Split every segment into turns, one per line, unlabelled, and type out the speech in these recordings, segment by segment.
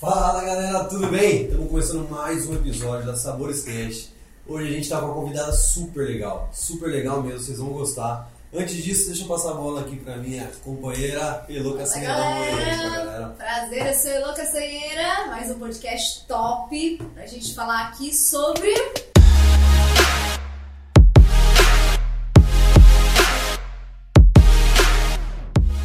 Fala galera, tudo bem? Estamos começando mais um episódio da Sabores Cast. Hoje a gente está com uma convidada super legal, super legal mesmo, vocês vão gostar. Antes disso, deixa eu passar a bola aqui para minha companheira Eloca
Fala,
Senhora. Boa noite pra
galera.
galera.
Prazer, eu sou a Eloca Sanheira, mais um podcast top pra gente falar aqui sobre.
O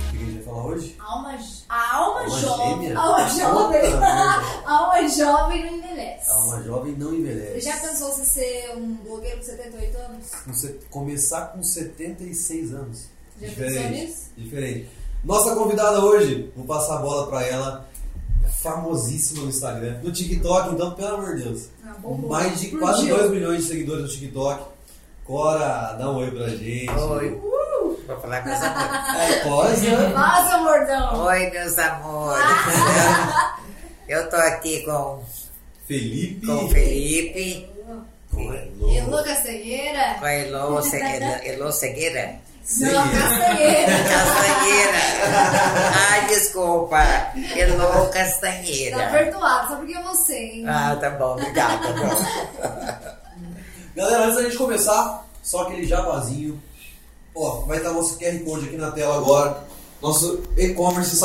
que a gente vai falar hoje?
Alma, a alma,
Alma
jovem.
gêmea?
Alma jovem.
Puta merda.
alma jovem não envelhece.
Alma é jovem não
Você
envelhece.
já pensou você ser um blogueiro com 78 anos?
Você começar com 76 anos.
Já pensou
Diferente.
nisso?
Diferente. Nossa convidada hoje, vou passar a bola pra ela. é Famosíssima no Instagram, no TikTok, então, pelo amor de Deus.
Ah, bombou.
Mais de
Explodiu.
quase 2 milhões de seguidores no TikTok. Cora, dá um oi pra gente.
Oi. Vou falar com essa coisa.
É, pós, né?
Nossa, mordão!
Oi, meus amores. Eu tô aqui com,
Felipe.
com o Felipe,
Elô.
Eloca Sanheira?
com a Elô Cegueira. Elô Cegueira?
Cegueira.
Eloca Sanheira! Tá
Castanheira. Ai, desculpa. Elô
Tá
Castanheira.
perdoado, só porque é você, hein?
Ah, tá bom, obrigada. Pronto.
Galera, antes da gente começar, só aquele jabazinho. Ó, vai estar nosso QR Code aqui na tela agora. Nosso e-commerce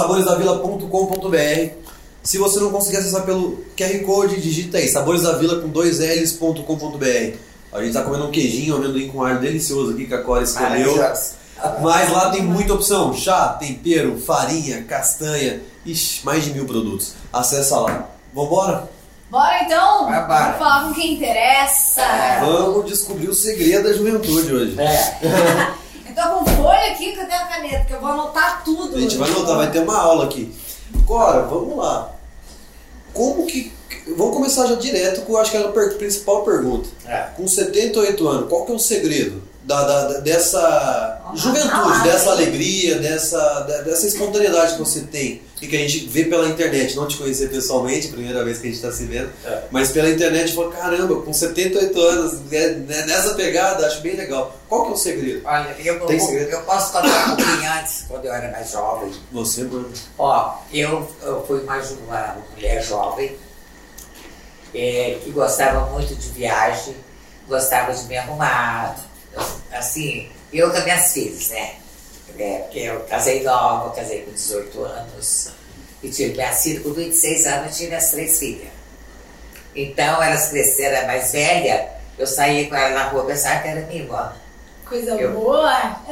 saboresdavila.com.br. Se você não conseguir acessar pelo QR Code, digita aí saboresdavila com dois L's.com.br. A gente tá comendo um queijinho, um amendoim com alho delicioso aqui que a Cora escolheu.
Maravilhoso.
Mas lá tem muita opção: chá, tempero, farinha, castanha, ixi, mais de mil produtos. Acessa lá. Vambora?
Bora então?
Vai, vai.
Vamos falar com quem interessa.
Vamos descobrir o segredo da juventude hoje.
É.
Então Eu tô com folha aqui, cadê a caneta? Que eu vou anotar tudo.
A gente vai notar, vai ter uma aula aqui. Cora, vamos lá. Como que. Vamos começar já direto com acho que é a per- principal pergunta.
É.
Com 78 anos, qual que é o segredo da, da- da- dessa juventude, dessa alegria, dessa, da- dessa espontaneidade que você tem e que a gente vê pela internet? Não te conhecer pessoalmente, primeira vez que a gente está se vendo,
É.
mas pela internet, fala, caramba, com 78 anos, né, né, nessa pegada, acho bem legal. Qual que é o segredo?
Olha, eu,
Tem segredo?
eu posso contar um pouquinho antes, quando eu era mais jovem.
Você, mano.
Ó, eu, eu fui mais uma mulher jovem é, que gostava muito de viagem, gostava de me arrumar. Assim, eu com as minhas filhas, né? É, porque eu casei nova, casei com 18 anos e tive minhas filhas. Com 26 anos eu tive as três filhas. Então elas cresceram, a mais velha, eu saía com ela na rua pensava que era minha irmã.
Coisa
Eu-
boa.
Tá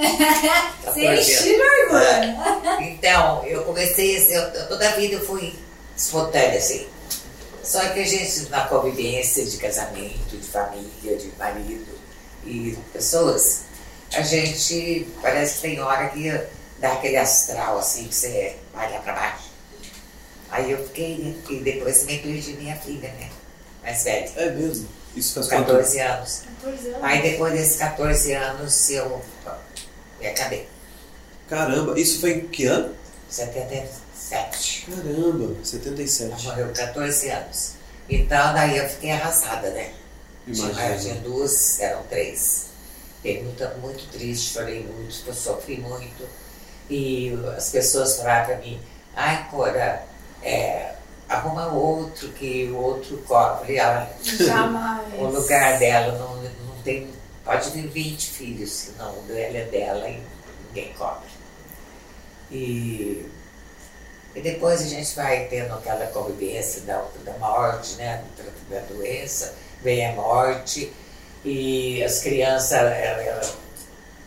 Você
Tá
encheu orgulho.
Então, eu comecei, assim, eu- eu- toda a vida eu fui espontânea, assim. Só que a gente, na convivência de casamento, de família, de marido e pessoas, a gente parece que tem hora que dá aquele astral, assim, que você vai lá pra baixo. Aí eu fiquei, né? E depois também perdi minha filha, né? Mais velha,
É mesmo. Isso faz quanto?
14 anos.
14
É.
anos.
Aí depois desses 14 anos eu me acabei.
Caramba, isso foi em que ano?
77.
Caramba,
Ela
77.
morreu com 14 anos. Então, daí eu fiquei arrasada, né? Tinha, eu tinha
Imagina.
duas, eram três. Fiquei muito, muito triste, chorei muito, eu sofri muito. E as pessoas falaram pra mim, ai, Cora, é, arruma outro, que o outro cobre. Ela,
Jamais.
o lugar dela não, não tem. Pode vir 20 filhos, senão o dela é dela e ninguém cobre. E, e depois a gente vai tendo aquela convivência da, da morte, né? do- Da doença, vem a morte, e as crianças, ela, ela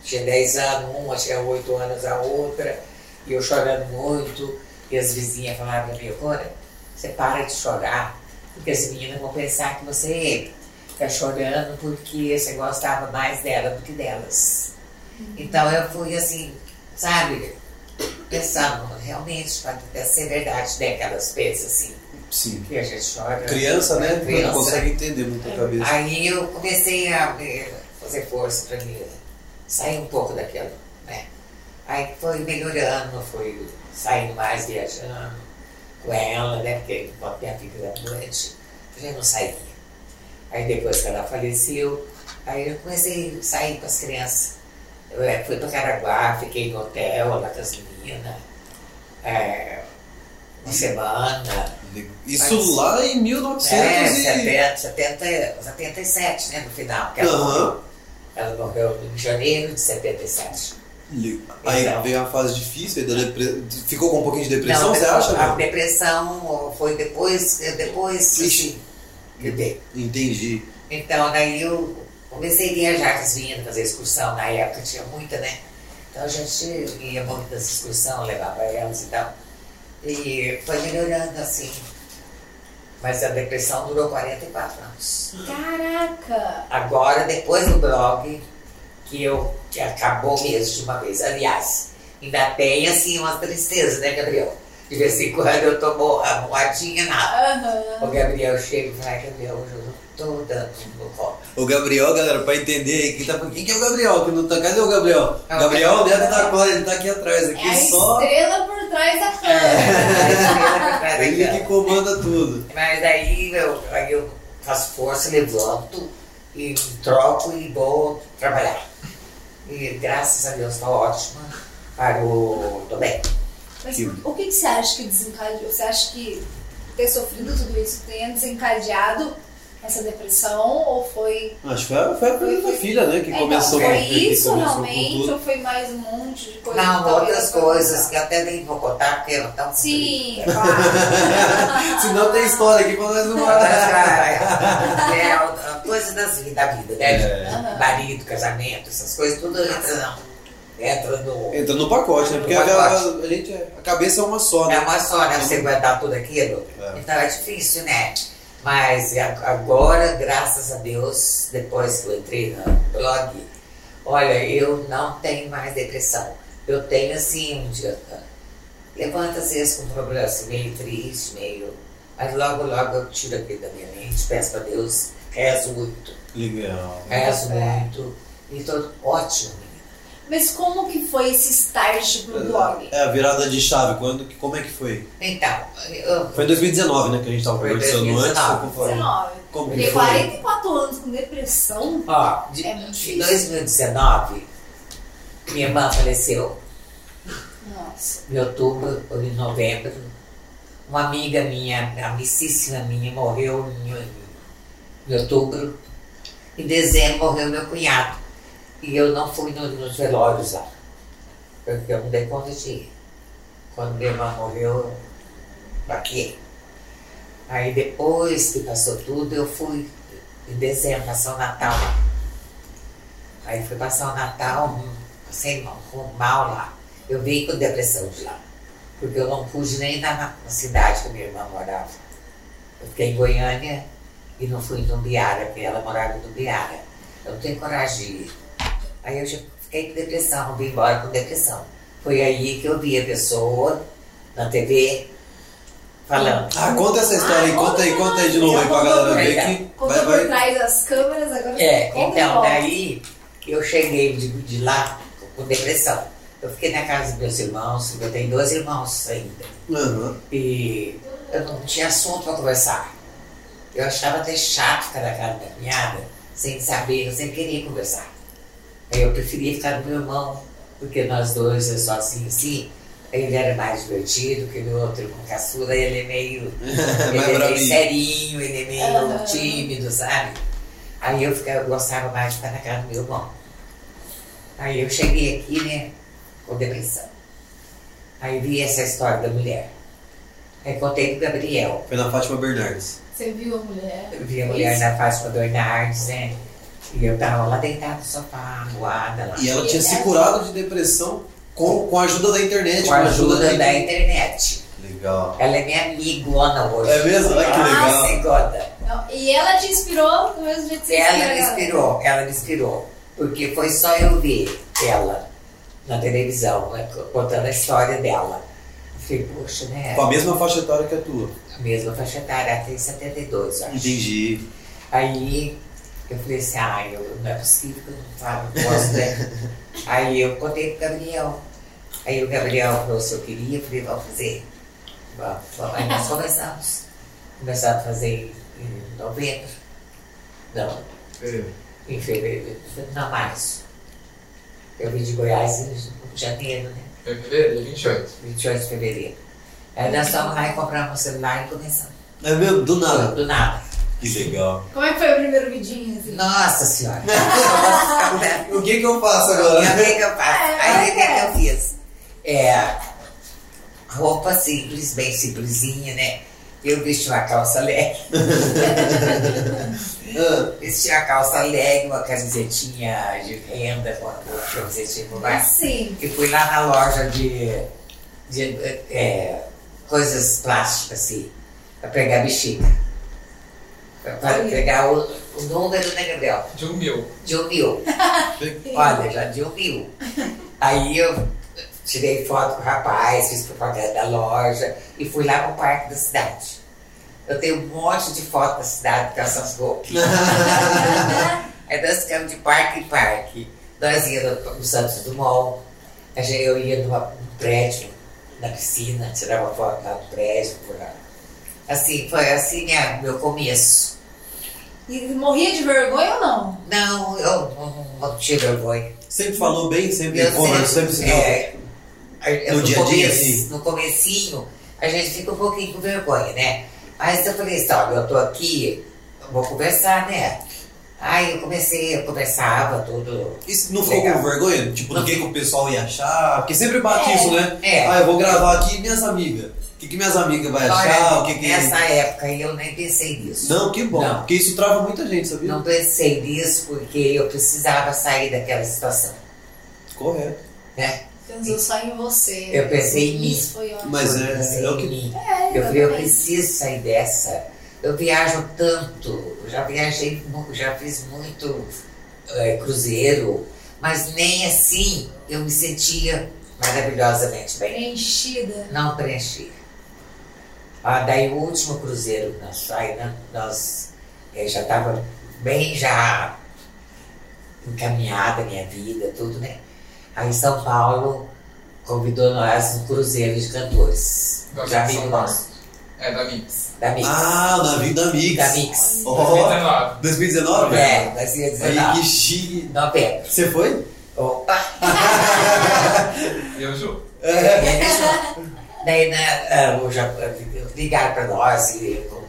tinha 10 anos, uma tinha 8 anos a outra, e eu chorando muito, e as vizinhas falavam pra mim, Cora, você para de chorar, porque as meninas vão pensar que você é está chorando porque você gostava mais dela do que delas. Então eu fui assim, sabe, pensando, realmente pode até ser verdade, né? Aquelas vezes assim,
Sim.
que a gente chora.
Criança, né?
Criança. É.
Não consegue entender muito a cabeça.
Aí eu comecei a eh, fazer força para mim sair um pouco daquela, né? Aí foi melhorando, foi saindo mais, viajando com ela, né? Porque enquanto minha filha era doente, eu já não saía. Aí depois que ela faleceu, aí eu comecei a sair com as crianças. Eu eh, fui para Caraguá, fiquei no hotel lá com as meninas. É, Uma semana.
Isso
Mas-
lá em 1900
É,
e...
70, 70, 77, né? No final. Que ela,
Aham.
morreu. ela morreu em janeiro de 77.
Aí
Então.
veio a fase difícil, aí da depre- ficou com um pouquinho de depressão, você acha? né?
A
meu?
depressão foi depois, é, depois
Ixi.
assim, que dei.
Entendi.
Então, daí eu comecei a viajar com as meninas, fazer excursão. Na época tinha muita, né? Então a gente ia muito nas excursões, levava elas e tal. E foi melhorando assim. Mas a depressão durou 44 anos.
Caraca!
Agora, depois do blog, que eu que acabou mesmo de uma vez. Aliás, ainda tem assim umas tristezas, né, Gabriel? De vez em quando eu tomo a moadinha na.
Aham.
O Gabriel chega e fala, "Ai, Gabriel, hoje eu não tô dando no copo.
O Gabriel, galera, pra entender aí, quem, tá, quem que é o Gabriel? Que não tá, cadê o Gabriel?
É o
Gabriel
Gabriel.
Neto da Cora, ele tá aqui atrás,
É
aqui
a
só. É.
estrela por trás da
Aí
câmera.
chega pra trás da
Ele
cama.
que comanda tudo.
Mas daí eu, aí eu faço força, levanto e troco e vou trabalhar. E graças a Deus está ótima. Parou, tô bem.
Mas
Que-
o que, que você acha que desencadeou? Você acha que ter sofrido tudo isso tenha desencadeado essa depressão? Ou foi.
Acho que foi a, foi a pergunta da filha, né? Que
É, então,
começou
foi
que
isso
começou com
realmente?
tudo.
Ou foi mais um monte de coisa? que
Não,
talvez
outras
foi-
coisas que eu até nem vou contar porque eu não tão
Sim, claro.
Senão tem história aqui pra nós não
É, é, coisas das, vi- da vida, né?
É.
Aham.
Marido, casamento, essas coisas, tudo entra, não. Entra no.
Entra no pacote, né? Porque
No
a-
pacote.
a, gente, é- a cabeça é uma só,
É
né?
uma só, né? Você aguentar tudo aquilo.
É.
Então é difícil, né? Mas a- agora, graças a Deus, depois que eu entrei no blog, olha, eu não tenho mais depressão. Eu tenho assim um dia. tá? Levanta às vezes com um problema assim, meio triste, meio. Mas logo, logo eu tiro aquilo da minha mente, peço pra Deus, rezo muito,
Legal.
rezo
É.
muito. E tô ótimo, menina.
Mas como que foi esse start pro blog?
É a virada de chave, quando, que- como é que foi?
Então, eu,
Foi em 2019, né? Que a gente tava
Foi
conversando
2019.
antes. Como, foi?
19.
como que
Porque
foi?
44 anos com depressão?
Ó, de,
É muito
de
difícil.
2019, minha irmã faleceu
Nossa.
em outubro ou em novembro. Uma amiga minha, amicíssima minha, morreu em, em outubro. Em dezembro morreu meu cunhado. E eu não fui no- nos velórios lá. Porque eu não dei conta de ir. Quando minha irmã morreu, eu baquei. Aí depois que passou tudo, eu fui em dezembro, passar o Natal lá. Aí fui passar o Natal, hum, passei mal, com- mal lá. Eu vim com depressão de lá. Porque eu não pude nem ir na, na cidade que minha irmã morava. Eu fiquei em Goiânia e não fui em Dumbiara, porque ela morava em Dumbiara. Eu não tenho coragem de ir. Aí eu já fiquei com depressão, vim embora com depressão. Foi aí que eu vi a pessoa na TV falando.
Ah, conta essa história aí,
Ah,
conta aí, conta aí de novo aí pra
conta
galera
por-
ver
Vai,
que
Conta
vai,
por
vai.
trás das câmeras, agora
É,
conta de
então
volta.
daí eu cheguei de, de lá com depressão. Eu fiquei na casa dos meus irmãos, eu tenho dois irmãos ainda.
Aham.
E eu não tinha assunto para conversar. Eu achava até chato ficar na casa da cunhada, sem saber, eu sem querer conversar. Aí eu preferia ficar com meu irmão, porque nós dois, eu sozinho assim, ele era mais divertido que o outro, com caçula, ele é meio ele
Vai
é meio
bravinho.
serinho, ele é meio
Aham.
tímido, sabe? Aí eu, ficava, eu gostava mais de ficar na casa do meu irmão. Aí eu cheguei aqui, né, com depressão. Aí vi essa história da mulher. Aí contei pro Gabriel.
Foi na Fátima Bernardes.
Você viu a mulher?
Eu vi a mulher na Fátima Bernardes, né? E eu tava lá deitada no sofá, voada lá.
E ela tinha se curado de depressão com, com a ajuda da internet.
é Com a ajuda da
internet.
internet.
Legal.
Ela é minha amigona hoje. Ah,
É mesmo? Olha que legal.
Amigona.
Não, E ela te inspirou do mesmo jeito que você
Ela
inspira
me
a galera.
inspirou, ela me inspirou. Porque foi só eu ver ela na televisão, né, contando a história dela. Eu falei, poxa, né?
Com a mesma faixa etária que a tua.
A mesma faixa etária, ela tem 72, eu acho.
Entendi.
Aí eu falei assim, ah, eu, não é possível que eu não falo, não posso, né? Aí eu contei pro Gabriel. Aí o Gabriel falou se eu queria, eu falei, vamos fazer. Vamos, vamos. Aí nós começamos. Começamos a fazer em- em novembro. Não,
É,
em fevereiro, não, março. Eu vim de Goiás em janeiro, né?
é, Fevereiro, dia 28.
28 de fevereiro. Aí nós estamos lá e compramos um celular e começamos.
É mesmo? Do nada.
Do nada.
Que legal.
Como é que foi o primeiro vidinho? Assim?
Nossa senhora! Nossa, né?
O que que eu faço
E
agora?
aí o que que eu faço?
É,
Aí o que que
é.
eu fiz? É, roupa simples, bem simplesinha, né? Eu vesti uma calça leg,
Ah,
vesti uma calça leg, uma camisetinha de renda, com uma camisetinha no bar.
Sim.
E fui lá na loja de, de, é, coisas plásticas, assim, pra pegar bexiga. Pra, pra
Olha.
pegar o, o número, né, Gabriel?
De um mil.
De um mil. Olha, já deu mil. Aí eu tirei foto com o rapaz, fiz propaganda da loja e fui lá no parque da cidade. Eu tenho um monte de foto da cidade com essas roupas. Aí nós ficamos de parque em parque. Nós íamos no Santos Dumont, a gente- eu ia numa- num prédio, na piscina, tirava foto lá no prédio, por lá. Assim, foi assim minha, meu começo.
E morria de vergonha ou não?
Não, eu não, não tive vergonha.
Sempre falou bem, sempre
Eu
conversou, sempre se deu.
é, a-
No
no,
dia a dia, assim.
começo-
sim.
no comecinho, a gente fica um pouquinho com vergonha, né? Mas eu falei assim, olha, eu tô aqui, eu vou conversar, né? Aí eu comecei, eu conversava tudo.
Isso não ficou
Legal.
com vergonha? Tipo, do
Não.
que, que o pessoal ia achar? Porque sempre bate
É,
isso, né?
é.
Ah, eu vou gravar aqui minhas amigas. O que, que minhas amigas vai achar?
Olha,
O que que...
nessa época aí eu nem pensei nisso.
Não, que bom.
Não.
Porque isso trava muita gente, sabia?
Não pensei nisso porque eu precisava sair daquela situação.
Correto.
Né?
Pensou só em você.
Eu pensei em mim.
Isso foi ótimo.
Mas
Eu
é-
pensei
é o
em
que-
mim.
É,
Eu falei, eu
também.
preciso sair dessa. Eu viajo tanto, eu já viajei, mu- já fiz muito eh, cruzeiro, mas nem assim eu me sentia maravilhosamente bem.
Preenchida.
Não preenchi. Ah, daí o último cruzeiro que nós saímos, nós eh, já estava bem já encaminhada a minha vida, tudo, né? Aí São Paulo convidou nós no cruzeiro de cantores.
Da
Já
Mix
vimos
São
nós,
É, da Mix.
da Mix.
Ah, na vida Mix.
Da Mix. Oh,
Ó.
2019.
2019?
É, vai ser
Aí,
19
que chique.
de novembro.
Você foi?
Opa!
E eu juro.
É.
Daí né, ah, o Ja- ligaram pra nós e com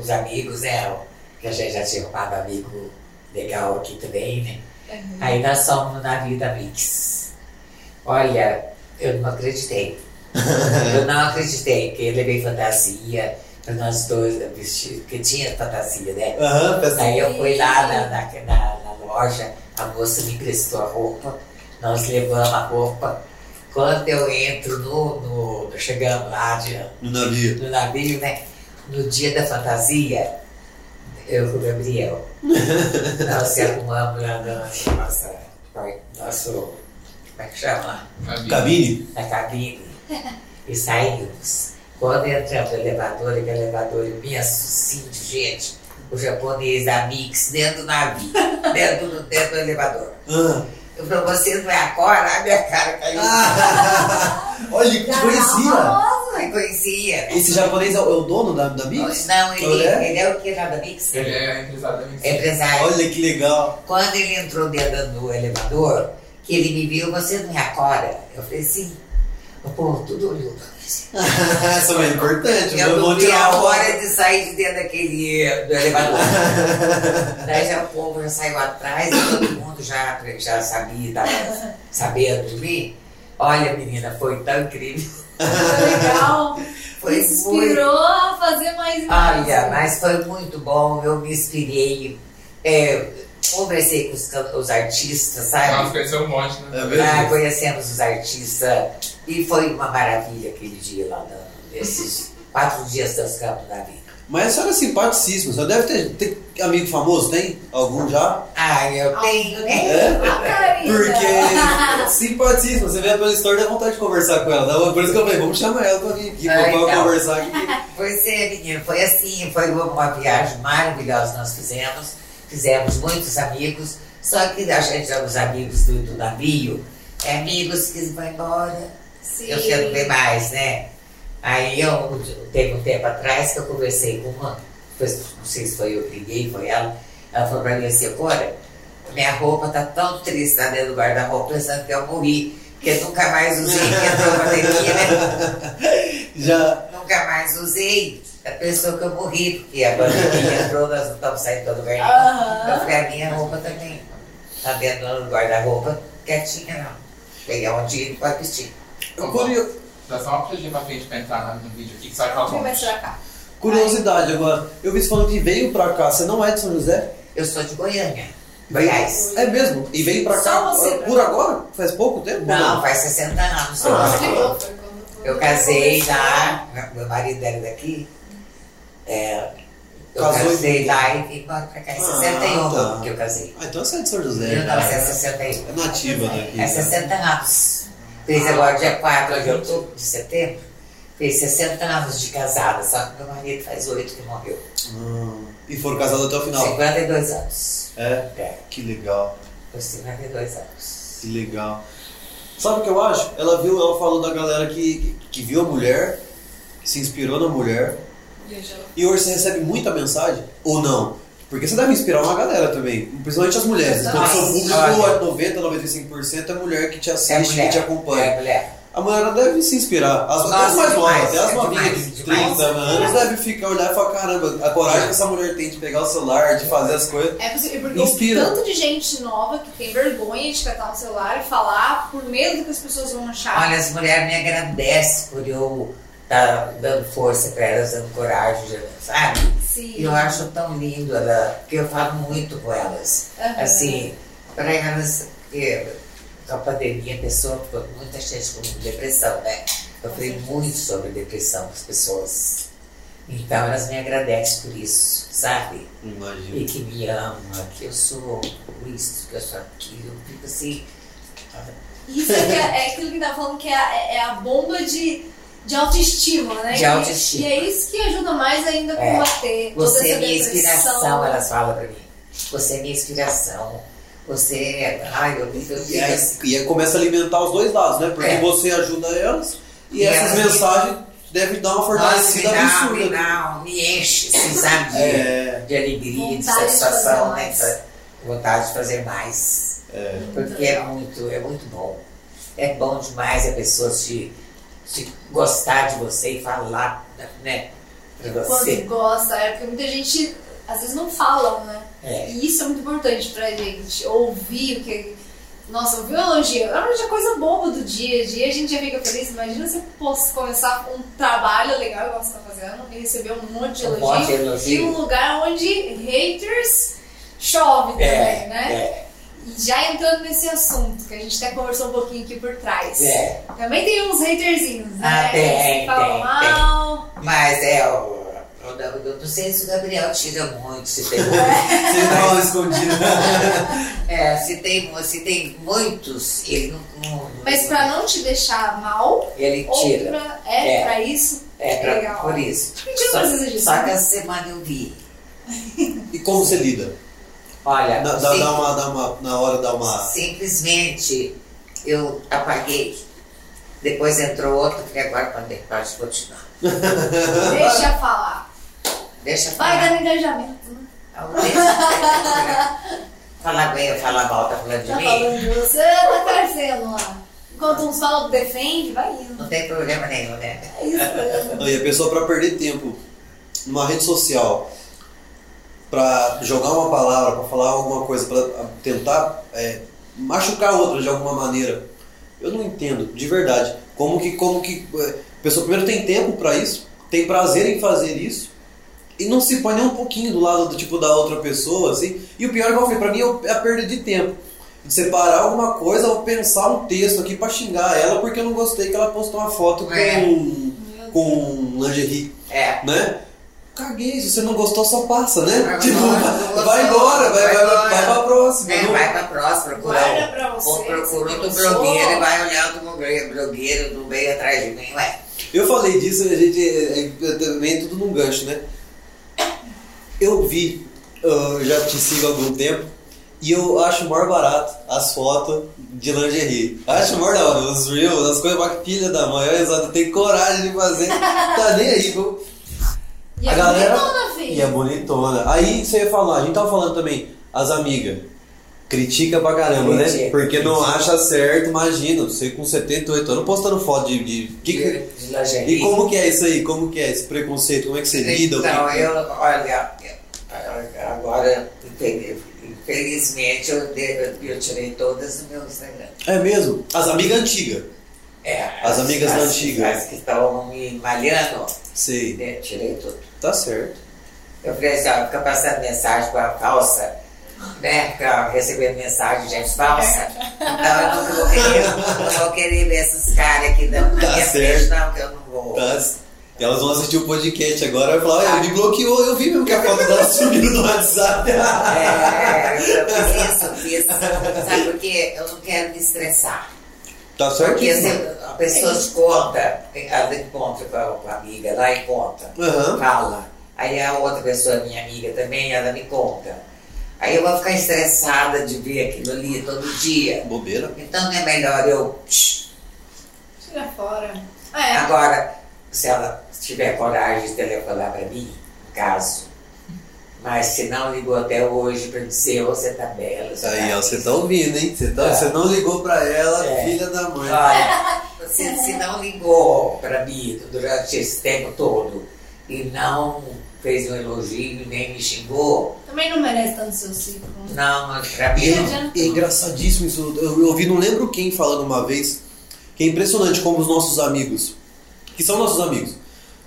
os amigos, né? o- Que a gente já tinha arrumado um amigo legal aqui também, né?
Uhum.
Aí nós somos na vida mix. Olha, eu não acreditei. eu não acreditei, que eu levei fantasia pra nós dois vestir, porque tinha fantasia, né?
Aham, peça.
Aí eu fui lá na, na, na- na loja, a moça me emprestou a roupa, nós levamos a roupa. Quando eu entro no. no eu chegando lá de-
No navio.
no navio, né? No dia da fantasia, eu com o Gabriel. nós se arrumamos lá na nossa. Nosso. Como é que chama?
Na Mix.
Cabine?
Na cabine. E saímos. Quando entramos no elevador, aquele elevador imenso, cinto, gente, o japonês da Mix dentro do navio, dentro do, dentro do elevador.
Ah.
Eu falei, você não é agora? A minha cara caiu.
Olha, ele te conhecia.
Eu não conhecia.
Esse japonês é o, é o dono da, da Mix?
Não, ele,
Olha.
ele é o que lá da Mix?
Ele é empresário da Mix.
É empresário.
Olha que legal.
Quando ele entrou dentro do elevador, que ele me viu, você não é agora? Eu falei, sim. O povo tudo olhou pra mim. assim.
Isso é importante.
Eu
Eu vou
não vi
tirar
a
a
hora de sair de dentro daquele do elevador. Daí já o povo já saiu atrás e todo mundo já, já sabia, tava sabendo de mim. Olha, menina, foi tão incrível.
Foi legal.
Foi muito.
Inspirou a fazer mais e mais.
Olha, mas foi muito bom, eu me inspirei. É, conversei com os, can- os artistas,
Nós
sabe?
conhecemos um monte, né?
É
Ah,
verdade.
conhecemos os artistas e foi uma maravilha aquele dia lá, na- nesses quatro dias dos campos da vida.
Mas a senhora é simpaticíssima. Você deve ter, ter amigo famoso, tem? Algum já?
Ah, eu tenho, né?
A Ah, Karina.
Porque simpaticíssima. Você vê pela história, dá vontade de conversar com ela. Dá- Por isso que eu falei, vamos chamar ela pra vir aqui,
Ah,
pra
então.
conversar aqui.
Pois é, menino, foi assim, foi uma, uma viagem maravilhosa que nós fizemos, fizemos muitos amigos, só que a gente é os amigos do, do navio, é amigos que vão embora,
Sim.
eu quero ver mais, né? Aí eu teve um tempo atrás que eu conversei com uma, depois, não sei se foi eu que liguei, foi ela, ela falou pra mim assim, agora, minha roupa tá tão triste lá dentro do guarda-roupa, pensando que eu morri, porque nunca mais usei, que entrou a pandemia, né?
Já.
Não nunca mais usei da pessoa que eu morri, porque a pandemia entrou, nós não estamos saindo do lugar nenhum.
Aham.
Vai ficar a minha roupa também. Tá dentro do guarda-roupa, quietinha não. Pegar um dia e pode vestir.
Eu curio-
Dá só uma puxadinha pra frente pra entrar no vídeo aqui, que só que ela
Quem vai
volta.
tirar cá?
Curiosidade agora. Eu vi você falando que veio pra cá. Você não é de São José?
Eu sou de Goiânia, Goiás.
É mesmo? E veio pra
Só
cá
você
por
pra
por
cá.
agora? Faz pouco tempo?
Não, faz 60 anos. que eu
Ah.
moro
Que
aqui.
bom, foi quando- quando
Eu casei
começou.
lá, né, meu marido era daqui. É, eu
Casou em-
casei lá e vim embora pra cá em
Ah,
61
tá.
que eu casei.
Ah, então você é de São José. né?
1961.
É nativa daqui.
É 60 anos.
Ah.
Fez agora dia 4 de outubro, de setembro. Fez 60 anos de casada, só que meu marido faz 8 que morreu.
Hum, e foram casados até o final.
52 anos.
É?
É,
Que legal.
com 52 anos.
Que legal. Sabe o que eu acho? Ela viu, ela falou da galera que, que viu a mulher, que se inspirou na mulher.
Viajou.
E hoje você recebe muita mensagem? Ou não? Porque você deve inspirar uma galera também, principalmente as mulheres. Então, o seu público,
é Olha.
90, 95% é mulher que te
É
assiste, que
mulher.
te acompanha.
É mulher.
A mulher deve se inspirar. As, até as
Nossa,
mais novas,
demais,
até as
é
novinhas
demais,
de 30
demais.
anos devem ficar olhar e falar, caramba, a coragem que essa mulher tem de pegar o celular, de fazer as coisas.
É possível, porque
Inspira.
o tanto de gente nova que tem vergonha de catar o celular e falar por medo do que as pessoas vão achar.
Olha, as mulheres me agradecem por eu estar dando força para elas, dando coragem, sabe?
Sim.
E eu acho tão lindo ela, porque eu falo muito com elas.
Aham.
Assim, para elas, porque com a pandemia a pessoa ficou muita gente com depressão, né? Eu falei muito sobre depressão com as pessoas. Então elas me agradecem por isso, sabe?
Imagina.
E que me ama, que eu sou isso, que eu sou aquilo. Eu Fico assim,
Isso é, que é, é aquilo que tá falando que é, a- é a bomba de, de autoestima, né?
De
Que-
autoestima.
E é isso que ajuda mais ainda a
É.
combater toda
Você é
essa
minha
depressão.
inspiração, elas falam pra mim. Você é minha inspiração. Você é. Ai, eu, eu
E
fico
aí,
assim.
e aí começa a alimentar os dois lados, né? Porque
É.
você ajuda elas e,
E
essas
elas-
mensagens devem dar uma
Nossa,
fortalecida
final,
absurda.
final, me enche, assim, sabe? De,
É,
de alegria, de
Vontade de
satisfação,
fazer
né?
mais.
Essa Vontade de fazer mais.
é.
Porque é muito, é muito bom. É bom demais a pessoa te, te gostar de você e falar, né? Pra
Quando
você.
gosta, é porque muita gente às vezes não fala, né?
É.
E isso é muito importante pra gente. Ouvir o que. Nossa, ouvir um elogio. É uma coisa boba do dia a dia, a gente já fica feliz. Imagina se eu posso começar um trabalho legal igual você tá fazendo e receber um monte de
Um
elogio.
monte de
E um
elogio.
lugar onde haters chove também,
É,
né? E já entrando nesse assunto, que a gente até conversou um pouquinho aqui por trás.
é.
Também tem uns haterzinhos, né?
Ah, tem,
que falam
tem,
mal.
Mas é, o, o, eu não sei se o Gabriel tira muito, se tem,
Você dá uma escondida.
é, se tem, se tem muitos, ele não. não- não-
Mas pra não te deixar mal,
Ele
ou
tira.
pra, é,
É.
pra isso.
É, pra-
Legal.
por isso.
A gente não
Só,
precisa disso.
só que
né?
essa semana eu vi.
e como você lida?
Olha,
Dá, dá-
sim-
dá uma, dá uma- na hora dá uma.
simplesmente eu apaguei. Depois entrou outro, que agora quando pode continuar.
Deixa falar.
Deixa eu
Vai
falar.
dar engajamento, né?
Ah, Deixa falar bem ou falar mal, tá falando de
Tá
mim?
falando de você, tá crescendo lá. Enquanto uns falam que defende, vai indo.
Não tem problema nenhum, né?
É isso mesmo.
Não, e a pessoa pra perder tempo numa rede social, pra jogar uma palavra, pra falar alguma coisa, pra tentar é, machucar a outra de alguma maneira. Eu não entendo, de verdade. Como que, como que é, a pessoa primeiro tem tempo pra isso, tem prazer em fazer isso. E não se põe nem um pouquinho do lado do tipo da outra pessoa, assim. E o pior, igual eu falei, pra mim é o- é a perda de tempo. De separar alguma coisa ou pensar um texto aqui pra xingar ela porque eu não gostei que ela postou uma foto com
É.
Meu
com lingerie,
É.
né? Caguei, se você não gostou, só passa, né?
Vai
tipo,
embora, não
vai,
gostou,
vai embora, vai, vai,
vai
vai,
embora.
pra próxima.
É,
não-
vai pra próxima,
Guarda
procurar
pra você.
ou procura outro
você pensou?
blogueiro e vai olhar outro blogueiro, blogueiro do meio atrás de mim, ué.
Eu falei disso, a gente é, é, é, também é tudo num gancho, né? Eu vi, eu já te sigo há algum tempo, e eu acho mais barato as fotos de lingerie. Acho mais da hora, os reels, as coisas mais filha da mãe, olha só, tem coragem de fazer, tá nem aí, viu?
E
A
a
galera-
galera... bonitona,
E é
filho.
bonitona. Aí você ia falar, a gente tava falando também, as amigas. Critica pra caramba, né?
Critica,
Porque não
critica.
acha certo, imagina, você com 78 anos postando foto de. de- que- que-
de, de lingerie.
e como que é isso aí? Como que é esse preconceito? Como é que você lida? O que-
Então, eu, olha, eu- agora, infeliz- infelizmente, eu, de- eu tirei todas do meu Instagram.
É mesmo? As amigas antigas.
É,
As amigas da
as,
antiga.
As que estavam me malhando,
Sei.
né, tirei tudo.
Tá certo.
Eu falei assim, ó, fica passando mensagem pra falsa, né? Fica recebendo mensagem de gente falsa. Então eu não vou querer, não vou querer ver esses caras aqui da, na
Tá
minha frente,
certo.
não, que eu não vou.
Tá. Elas vão assistir o podcast agora e falar, olha, me bloqueou, eu vi mesmo que a foto dela subiu no WhatsApp.
É, eu fiz isso, fiz. Sabe por quê? Eu não quero me estressar.
Tá certo?
Porque se a pessoa te conta, ela encontra com a, com a amiga lá e conta,
Aham.
fala. Aí a outra pessoa, minha amiga também, ela me conta. Aí eu vou ficar estressada de ver aquilo ali todo dia.
Bobeira.
Então não é melhor eu. psh,
Tira fora. Ah, é.
Agora, se ela tiver coragem de telefonar pra mim, no caso. Mas se não ligou até hoje pra dizer, ô, você tá bela, você
Aí,
tá
ó, você tá ouvindo, hein? Você tá-
É.
você não ligou pra ela,
É.
filha da mãe.
Olha, você se não ligou para mim durante esse tempo todo e não fez um elogio nem me xingou,
Também não merece tanto seu ciclo.
não, pra mim.
Gente,
não.
eu não-
É engraçadíssimo isso. Eu ouvi, não lembro quem falando uma vez, que é impressionante como os nossos amigos, que são nossos amigos,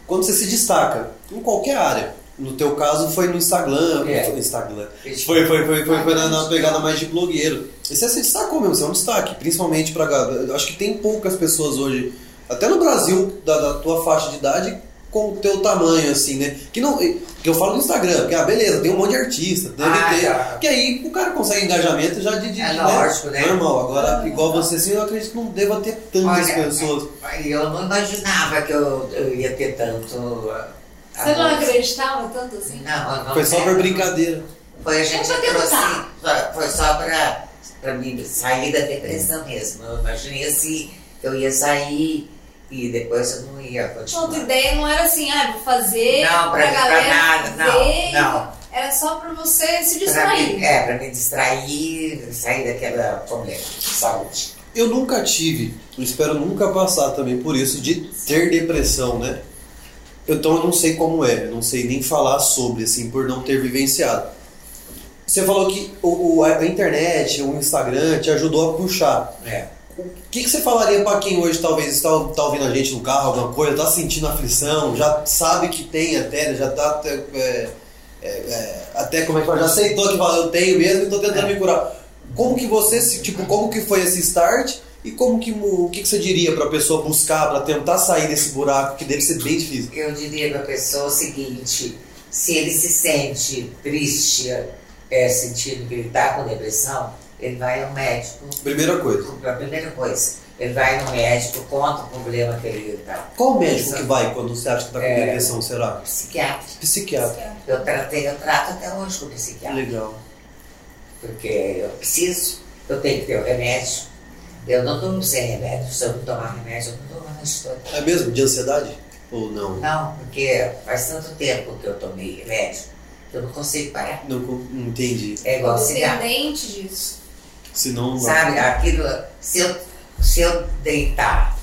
quando você se destaca em qualquer área, no teu caso foi no Instagram,
É.
foi no Instagram. Foi, foi, foi, foi, foi na, na pegada mais de blogueiro. E você se destacou mesmo, você é um destaque, principalmente pra. eu Acho que tem poucas pessoas hoje, até no Brasil, da, da tua faixa de idade, com o teu tamanho, assim, né? Que não. Que eu falo no Instagram, que ah, beleza, tem um monte de artista, deve
Ah,
ter.
tá.
Que aí o cara consegue engajamento já de. de
É
né?
lógico, né?
Normal. Agora, igual você assim, eu acredito que não deva ter tantas
Olha, é,
pessoas.
Eu não imaginava que eu, eu ia ter tanto. ah,
Você não
amor.
acreditava tanto assim?
Não, não
Foi só
quero,
por
não.
brincadeira.
Foi a gente
Só pra
trouxe.
tentar.
só- Foi só pra, pra mim sair da depressão mesmo. Eu imaginei assim, que eu ia sair e depois eu não ia continuar.
Outra ideia não era assim, ah, vou fazer
Não, pra, pra
galera
nada,
ver.
não, não.
Era só pra você se
Pra
distrair.
mim, é, pra me distrair, sair daquela problema de saúde.
Eu nunca tive, eu espero nunca passar também por isso, de ter depressão, né? Então eu não sei como é, eu não sei nem falar sobre, assim, por não ter vivenciado. Você falou que o, o- a internet, o Instagram te ajudou a puxar.
É.
O que, que você falaria pra quem hoje talvez está, está ouvindo a gente no carro, alguma coisa, tá sentindo aflição, já sabe que tem até, já tá até, é, é, é, até como é que fala, já aceitou que fala, eu tenho mesmo e tô tentando me curar. Como que você, se- tipo, como que foi esse start e como que, mu- o que, que você diria pra pessoa buscar, pra tentar sair desse buraco que deve ser bem difícil?
Eu diria pra pessoa o seguinte, se ele se sente triste, é, sentindo que ele tá com depressão, ele vai ao médico.
Primeira coisa,
A primeira coisa, ele vai ao médico, conta o problema que ele tá.
qual médico que vai quando você acha que tá com
É.
depressão, será?
Psiquiatra.
é.
Psiquiatra.
Eu tratei, eu trato até hoje com psiquiatra.
Legal.
porque eu preciso, eu tenho que ter o remédio. Eu não durmo sem remédio. Se eu não tomar remédio, eu não durmo a noite toda.
É mesmo? De ansiedade? Ou não?
Não, porque faz tanto tempo que eu tomei remédio que eu não consigo parar.
Não, con- não entendi.
É igual cigarro.
Dependente disso.
Senão não.
Sabe, aquilo, se eu, se eu deitar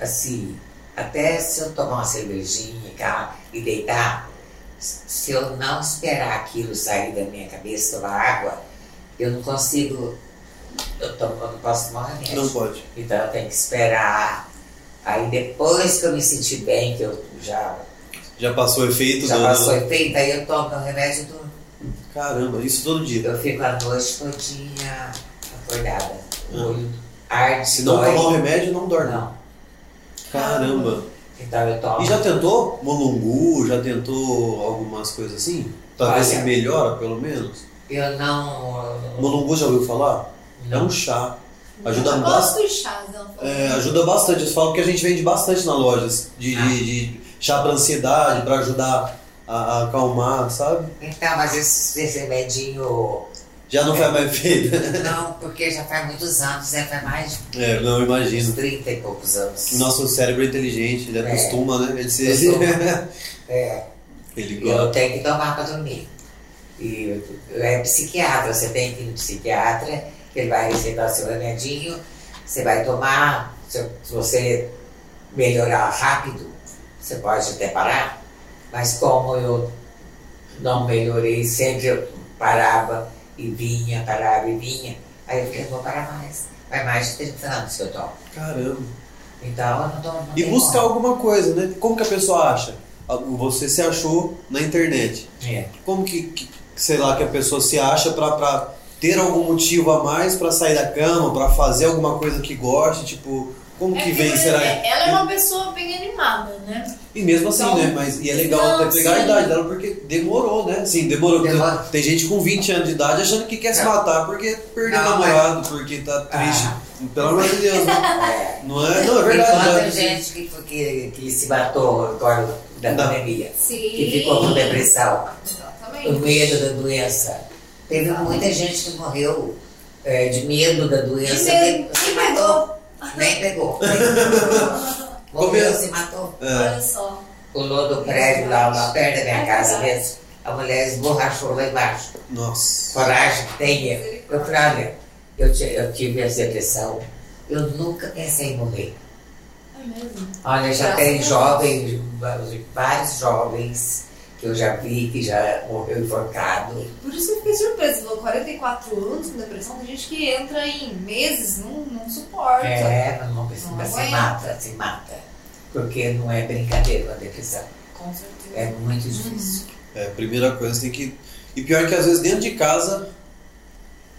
assim, até se eu tomar uma cervejinha e cá, e deitar, se eu não esperar aquilo sair da minha cabeça, tomar água, eu não consigo, eu, tomo, eu não posso tomar remédio.
Não pode.
Então eu tenho que esperar. Aí depois que eu me senti bem, que eu já,
Já passou o efeito?
já
não,
passou
não.
efeito, aí eu tomo meu remédio e durmo.
Caramba, isso todo dia.
Eu fico a noite todinha acordada. O
Ah.
olho arde.
Se não
dói.
tomar o remédio, não dorme.
Não.
Caramba.
Então eu tomo.
E já tentou molungu? Já tentou algumas coisas assim? Talvez
Olha.
se melhora, pelo menos.
Eu não.
Molungu já ouviu falar? É
Não.
um chá. Ajuda
eu
bastante.
gosto então. dos chás, não.
É, ajuda bastante. Eu falo que a gente vende bastante na loja assim, de,
Ah.
de- de chá pra ansiedade, pra ajudar a, a acalmar, sabe?
Então, mas esse, esse remedinho.
Já não
É.
faz mais efeito.
Não, porque já faz muitos anos, né? Faz mais de
É, não
uns
imagino.
30 e poucos anos.
O nosso cérebro é inteligente, ele
É.
acostuma, né? Ele se.
Acostuma. É,
ele gosta.
eu tenho que tomar pra dormir. E é psiquiatra, você tem que ir no psiquiatra, que ele vai receitar seu remedinho, você vai tomar, se se você melhorar rápido, você pode até parar, mas como eu não melhorei, sempre eu parava e vinha, parava e vinha, aí eu falei, não vou parar mais. Vai mais de 30 anos que eu tomo.
Caramba.
Então eu não tomo. não
E
tem
buscar
como.
alguma coisa, né? Como que a pessoa acha? Ah, Você se achou na internet.
É.
Como que, que- sei lá, que a pessoa se acha pra, pra ter algum motivo a mais pra sair da cama, pra fazer alguma coisa que goste, tipo, como que
É
vem,
por
será?
exemplo, Ela é uma pessoa bem animada, né?
E mesmo assim,
Então-
né? Mas e é legal
Não,
até pegar a
sim.
idade dela, porque demorou, né? Sim, demorou. porque
Demora.
Tem gente com 20 anos de idade achando que quer se
É.
matar porque perdeu o
Não, é.
namorado, porque tá
Ah.
triste. Pelo amor de Deus, né?
É.
Não é? Não, é verdade.
Enquanto
né?
tem gente que, que, que se matou agora da
Não.
pandemia,
Sim.
que ficou com depressão, o
Exatamente.
medo da doença. Teve muita gente que morreu é, de medo da doença.
De medo.
né?
que se
Nem
matou. Nem pegou. Morreu,
Comeu.
se matou.
É.
Olha só.
Pulou do prédio lá, lá perto da minha casa mesmo. A mulher esborrachou lá embaixo.
Nossa.
coragem que tenha. Eu falei, olha, eu, ti- eu tive essa depressão, eu nunca pensei em morrer.
É mesmo.
Olha, já
Graças a
tem
Deus.
jovens, vários jovens que eu já vi que já morreu enforcado.
Por isso que eu fiquei surpresa. Você falou 44 anos com depressão. Tem gente que entra em meses, não, não suporta.
É, mas não precisa, mas se
Não
mata, se mata. Porque não é brincadeira a depressão.
Com certeza.
É muito difícil.
É, primeira coisa, tem que. E pior que às vezes dentro de casa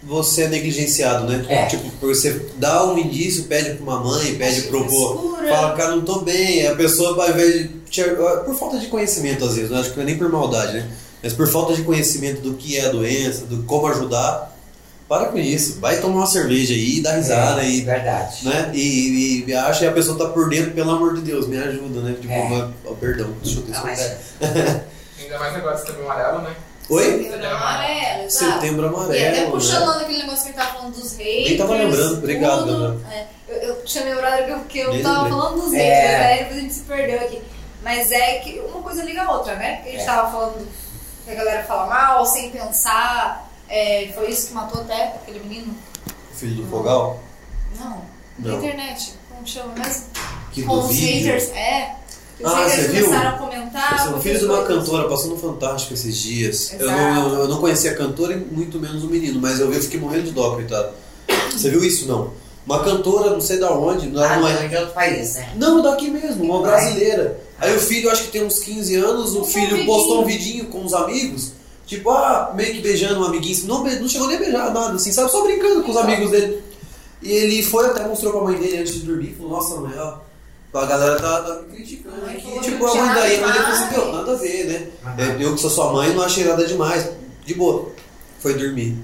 você é negligenciado, né?
É.
Tipo, você dá um indício, pede pra uma mãe, pede
Acho
pro vô.
frescura.
Fala, cara, não tô bem. Aí A pessoa, ao invés de. te- é, Por falta de conhecimento, às vezes, não acho que não é nem por maldade, né? Mas por falta de conhecimento do que é a doença, do como ajudar, para com isso. Vai tomar uma cerveja aí, dá risada
é,
e.
Verdade.
Né? E, e, e acha e a pessoa tá por dentro, pelo amor de Deus, me ajuda, né? Tipo,
É.
vai- oh, perdão, deixa eu ter
Não, Ah, mas-
escutado.
Ainda mais agora setembro amarelo, né?
Oi?
Setembro amarelo, exato.
Setembro amarelo.
E até
né?
puxando lá naquele negócio que ele tava falando dos haters.
Nem tava lembrando, obrigado, né?
tudo.
Gabriel.
É, eu, eu tinha lembrado que eu, que eu
Nem
tava
lembrei.
falando dos
É.
haters, né? Aí depois a gente se perdeu aqui. Mas é que uma coisa liga a outra, né? A gente
É.
tava falando que a galera fala mal, sem pensar. É, foi isso que matou até aquele menino?
Filho do Fogal?
Não. Na
Não.
internet. Como chama mesmo?
Que
Com
do
os
vídeo.
haters, é. que Os
Ah,
haters
você viu?
começaram a comentar.
Assim, o filho de uma
Ah, porque-
cantora passou no Fantástico esses dias. Eu
Exato.
não, eu não conhecia a cantora e muito menos o menino, mas eu vi eu fiquei morrendo de dó, coitado. Você viu isso não? Uma cantora, não sei da onde, não,
Ah,
não é.
não, de outro país, né?
Não, daqui mesmo, uma brasileira. Aí o filho, acho que tem uns 15 anos, o
Um
filho
vidinho.
postou um vidinho com os amigos, tipo, ah, meio que beijando um amiguinho, não, be- não chegou nem a beijar nada, assim, sabe? Só brincando com os amigos dele. E ele foi até mostrou pra mãe dele antes de dormir, falou, nossa, mãe, ó, a galera tá, tá me criticando
Ai,
aqui.
falou
Tipo,
que
a mãe
já
daí, a mãe dele falou assim,
vai.
"Meu, nada a ver, né? É, Eu que sou sua mãe não achei nada demais. De boa. Foi dormir.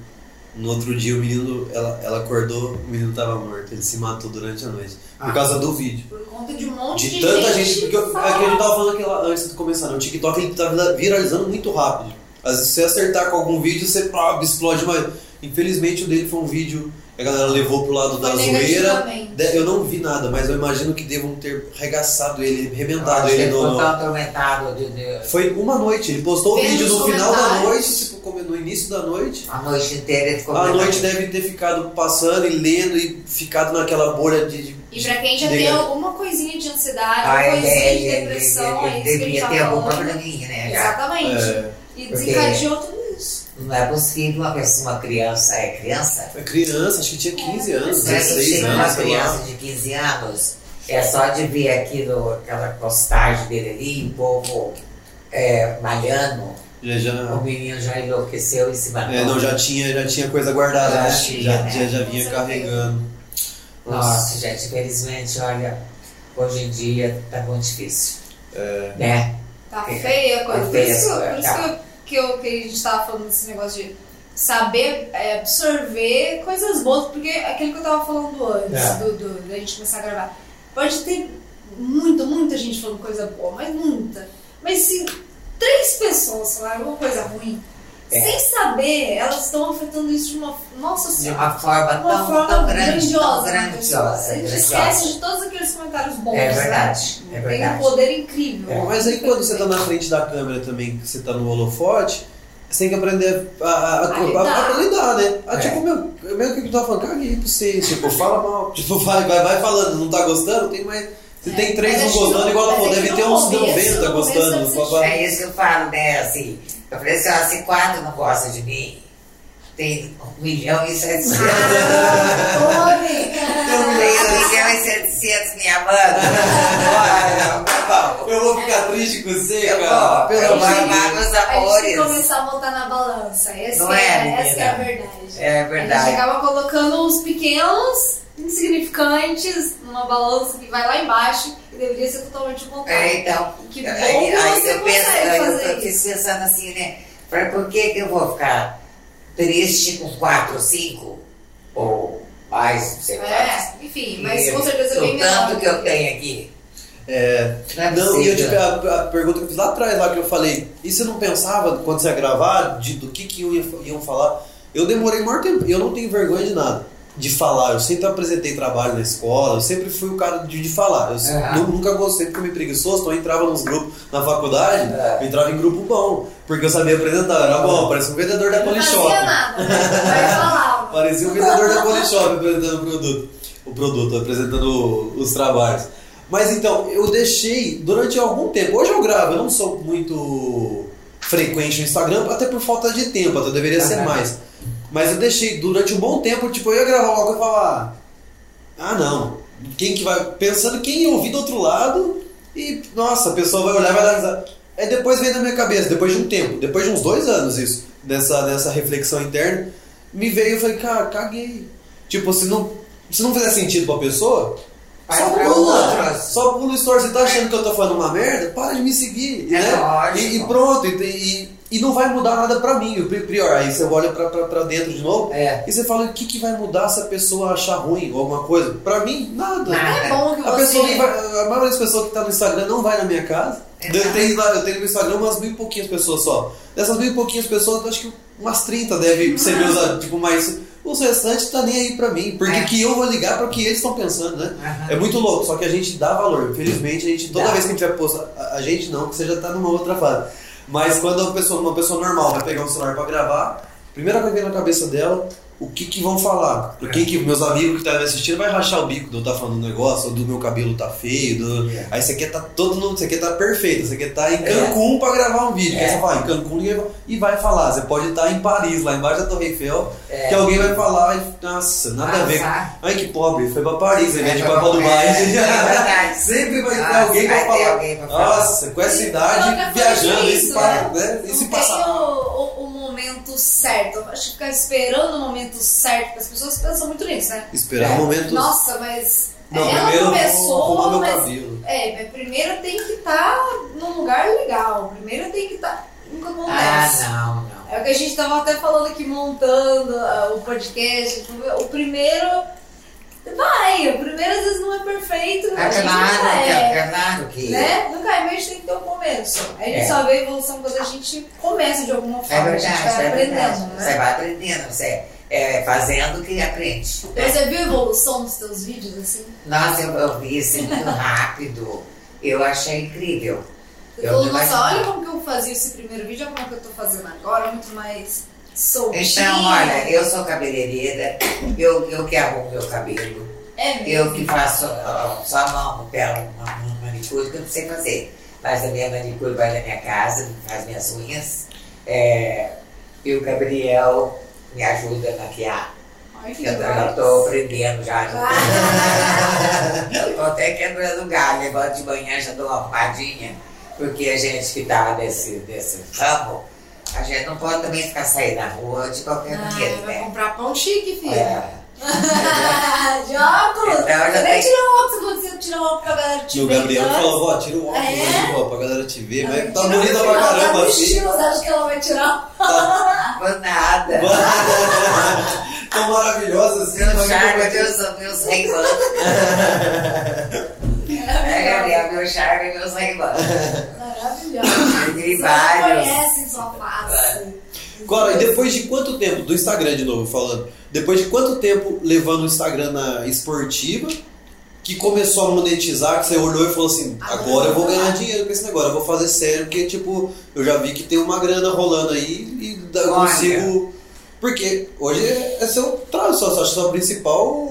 No outro dia o menino, ela, ela acordou, o menino tava morto, ele se matou durante a noite. Por
Ah.
causa do vídeo.
Por conta de um monte de,
De tanta gente.
gente
porque eu, é que a gente tava falando aquela, antes de começar, né? O TikTok ele tá vira- viralizando muito rápido. Às vezes se você acertar com algum vídeo, você pá, explode, mas infelizmente o dele foi um vídeo que a galera levou pro lado da
Foi
zoeira.
negativamente.
De- Eu não vi nada, mas eu imagino que devam ter regaçado ele, arrebentado
Ele
ele no,
ficou
no-
tão atormentado de, de,
foi uma noite, ele postou o
Vendo
vídeo
os
no final da
comentários.
noite, tipo, como no início da noite.
a noite inteira. ele ficou
A
completamente-
noite deve ter ficado passando e lendo e ficado naquela bolha de. de-
E pra quem já
de-
tem alguma coisinha de ansiedade,
Ah,
alguma
ele,
coisinha
ele,
é, de
ele,
depressão,
ele
é isso que ele
devia
tá
ter algum
falando.
probleminha, né? Já.
Exatamente.
É,
E
Porque-
desencadeou tudo isso.
Não é possível uma pessoa, uma criança é criança.
foi criança, acho que tinha
É,
15 anos,
Se a gente
16
Né, chega uma
anos, sei lá.
criança de 15 anos, é só de ver aquilo, aquela postagem dele ali, o povo é, malhando,
Já,
o
já,
menino já enlouqueceu em cima
Ah. é, não, já tinha, já tinha coisa guardada,
Já
né?
tinha,
já,
é.
né?
já, já vinha
Com certeza.
carregando.
Nossa, gente, infelizmente, olha, hoje em dia tá muito difícil. Né?
Tá
É.
feia a coisa.
Tá
Por
feia é. a
isso,
coisa,
por isso que, eu- que, eu, que a gente tava falando desse negócio de saber é, absorver coisas boas, porque é aquilo que eu tava falando antes
É.
do, do- da gente começar a gravar. Pode ter muita, muita gente falando coisa boa, mas muita. Mas se três pessoas falaram alguma coisa ruim,
É.
sem saber, elas estão afetando isso de uma. Nossa
De
senhora!
uma forma
Uma
tão,
forma
tão grande, tão
grandiosa, né, pessoal?
grandiosa. É
A gente
grandiosa.
esquece de todos aqueles comentários bons,
É
né?
verdade, é
Tem um
verdade. É.
poder incrível.
Bom, mas aí quando você tá na frente da câmera também, que você tá no holofote, Você tem que aprender a, a, a,
A
a-
lidar.
a lidar, né? Ah,
É.
Tipo, meu, eu mesmo que tu tá falando, caguei pra você. Tipo, fala mal. Tipo, vai, vai, vai falando, não tá gostando? Tem mais. Se
É,
tem três
mas
não
acho que
gostando,
no-
igual ela falou,
mas é que
deve ter
no
uns
começo,
90
no começo
gostando.
você
papá.
É isso que eu falo, né? Assim, eu falei assim, ó, se quatro não gostam de mim, tem um milhão e
Ah,
setecentos. Tem um milhão e setecentos me amando. Olha, tá
Ah,
bom.
Eu vou ficar triste com você,
É,
Eu
cara. É,
vou,
Pelo
eu vou
amor de
amar
Deus.
meus
A gente tem que
amores.
começar a botar na balança. Essa,
Não
é,
é,
essa é a
menina?
verdade.
É
A gente
verdade.
acaba colocando uns pequenos, insignificantes, numa balança que vai lá embaixo e deveria ser totalmente o
É,
contrário.
então.
Que bom
aí,
que
aí
você
eu penso,
consegue
aí eu
fazer
tô
isso.
pensando assim, né? Falei, por que, que eu vou ficar triste com quatro ou cinco? Ou mais, não sei quantos.
É, enfim, mas com
E
certeza é
o
bem menor.
tanto que eu tenho aqui.
É,
Não é
não, e eu tive
possível.
a, a pergunta que eu fiz lá atrás, lá que eu falei, e você não pensava quando você ia gravar de- do que, que eu ia, iam falar? Eu demorei o maior tempo, eu não tenho vergonha de nada. De falar, eu sempre apresentei trabalho na escola, eu sempre fui o cara de, de falar. Eu se-
Aham.
nu- nunca gostei porque eu me preguiçoso, então eu entrava nos grupos na faculdade,
É.
eu entrava em grupo bom, porque eu sabia apresentar, era bom, parecia um vendedor da
Não
Polishop.
fazia nada, né? vai falar.
Parecia o vendedor da Polishop apresentando o produto, o produto, apresentando os trabalhos. Mas então, eu deixei durante algum tempo. Hoje eu gravo, eu não sou muito frequente no Instagram, até por falta de tempo, até deveria ser
Aham.
mais. Mas eu deixei durante um bom tempo, tipo, eu ia gravar uma coisa e falar. Ah não, quem que vai. Pensando quem ia ouvir do outro lado e, nossa, a pessoa vai olhar e vai dar risada. Aí depois veio na minha cabeça, depois de um tempo, depois de uns dois anos isso, nessa, nessa reflexão interna, me veio e falei, cara, caguei. Tipo, se não, se não fizer sentido pra pessoa,
Faz
só
pra
pula,
outras.
só pula o story, você tá achando que eu tô falando uma merda? Para de me seguir,
É
né?
lógico.
E, e pronto, e, e, e não vai mudar nada pra mim, o pri- prior. Aí você olha pra, pra, pra dentro de novo
É.
e você fala, o que, que vai mudar se a pessoa achar ruim ou alguma coisa? Pra mim, nada.
Nada.
É bom que
A, pessoa nem
você.
vai, a maioria das pessoas que tá no Instagram não vai na minha casa.
É.
Eu tenho, lá- eu tenho no Instagram umas mil e pouquinhas pessoas só. Dessas mil e pouquinhas pessoas, eu acho que umas 30 devem ser meus, ah, tipo, mais. Os restantes tá nem aí pra mim. Porque
É.
que eu vou ligar pra o que eles estão pensando, né?
Aham.
É muito louco, só que a gente dá valor. Infelizmente, a gente, toda
Dá.
vez que a gente vai postar, a, a gente não, que você já tá numa outra fase. Mas quando uma pessoa, uma pessoa normal vai pegar um celular pra gravar, a primeira coisa que vem na cabeça dela, o que que vão falar? O que que meus amigos que tá me assistindo vai rachar o bico de eu tá falando um negócio, ou do meu cabelo tá feio, do...
É.
Aí você quer tá todo mundo, você quer tá perfeito, você quer tá em Cancún pra gravar um vídeo.
É.
Aí você fala, em Cancún ninguém vai... e vai falar. Você pode estar em Paris, lá embaixo da Torre Eiffel,
É.
que alguém vai falar, e, nossa, nada a ver com
Azar.
Ai que pobre, foi pra Paris, em vez de
É,
pra
foi pra-
Dubai.
é, é verdade.
Sempre vai ter
Ah,
alguém pra
vai ter
falar.
alguém pra falar.
Nossa, com essa
E
idade,
nunca foi
viajando, esse
isso,
papo, né? Esse
não tem
passado.
o, o- o momento certo. Eu Acho que ficar esperando o momento certo, porque as pessoas pensam muito nisso, né?
Esperar o momento.
Nossa, mas
Não,
ela
primeiro eu vou
começou,
arrumar meu
mas
cabelo.
É, mas primeiro tem que estar num lugar legal. Primeiro tem que estar. Nunca
Ah,
acontece.
não, não.
é o que a gente tava até falando aqui, montando ah, o podcast. O primeiro. Vai, o primeiro às vezes não é perfeito.
Ah,
a gente
claro,
nunca
que-
é.
claro que.
Né? Nunca é, mas a gente tem que ter um começo. A gente
É.
só vê a evolução quando a gente começa de alguma
É
forma.
verdade,
a gente vai
é
aprendendo,
verdade.
né?
Você vai aprendendo, você é fazendo que aprende. né?
Então, Você viu a evolução dos teus vídeos, assim?
Nossa, eu, eu vi isso muito rápido. Eu achei incrível.
Você
Eu
falou,
não
nossa,
imagino.
olha como que eu fazia esse primeiro vídeo, olha como que eu tô fazendo agora, muito mais soltinho.
Então, olha, eu sou cabeleireira, eu, eu que arrumo meu cabelo.
É mesmo.
Eu que faço ó, só a mão, pela uma, uma manicure que eu não sei fazer. Mas a minha manicure vai na minha casa, faz minhas unhas. É, e o Gabriel me ajuda a maquiar.
Olha que
Eu tô-
demais.
já estou aprendendo já.
Ah.
eu tô até quebrando galho. Levanto de manhã, já dou uma arrumadinha. Porque a gente que tá nesse, nesse ramo, a gente não pode também ficar saindo na rua de qualquer maneira,
Ah, vai
né?
comprar pão chique, filho.
É.
de óculos.
Então, já
você nem
tem-
tirou óculos quando você tirou óculos pra galera te
E o
ver,
Gabriel
então.
falou, ó, tira o óculos
É?
aí, ó, pra galera te ver.
Ela
Mas tá
tirou,
bonita pra
ela tá
caramba assim.
vestida, Você acha que ela vai tirar?
Tá,
Por nada.
tão maravilhosa assim.
Meu
mas-
charme, meus, meus reivãs. É, Gabriel, meu charme, meus reivãs.
Maravilhosa.
Entre
Vocês
vários.
conhecem sua face.
É.
é
Agora, e depois de quanto tempo, do Instagram de novo falando, depois de quanto tempo levando o Instagram na esportiva, que começou a monetizar, que você olhou e falou assim, agora eu vou ganhar dinheiro com esse negócio, eu vou fazer sério, porque tipo, eu já vi que tem uma grana rolando aí e da- eu
Olha.
consigo. Porque hoje é é seu trabalho, sua, sua, sua principal.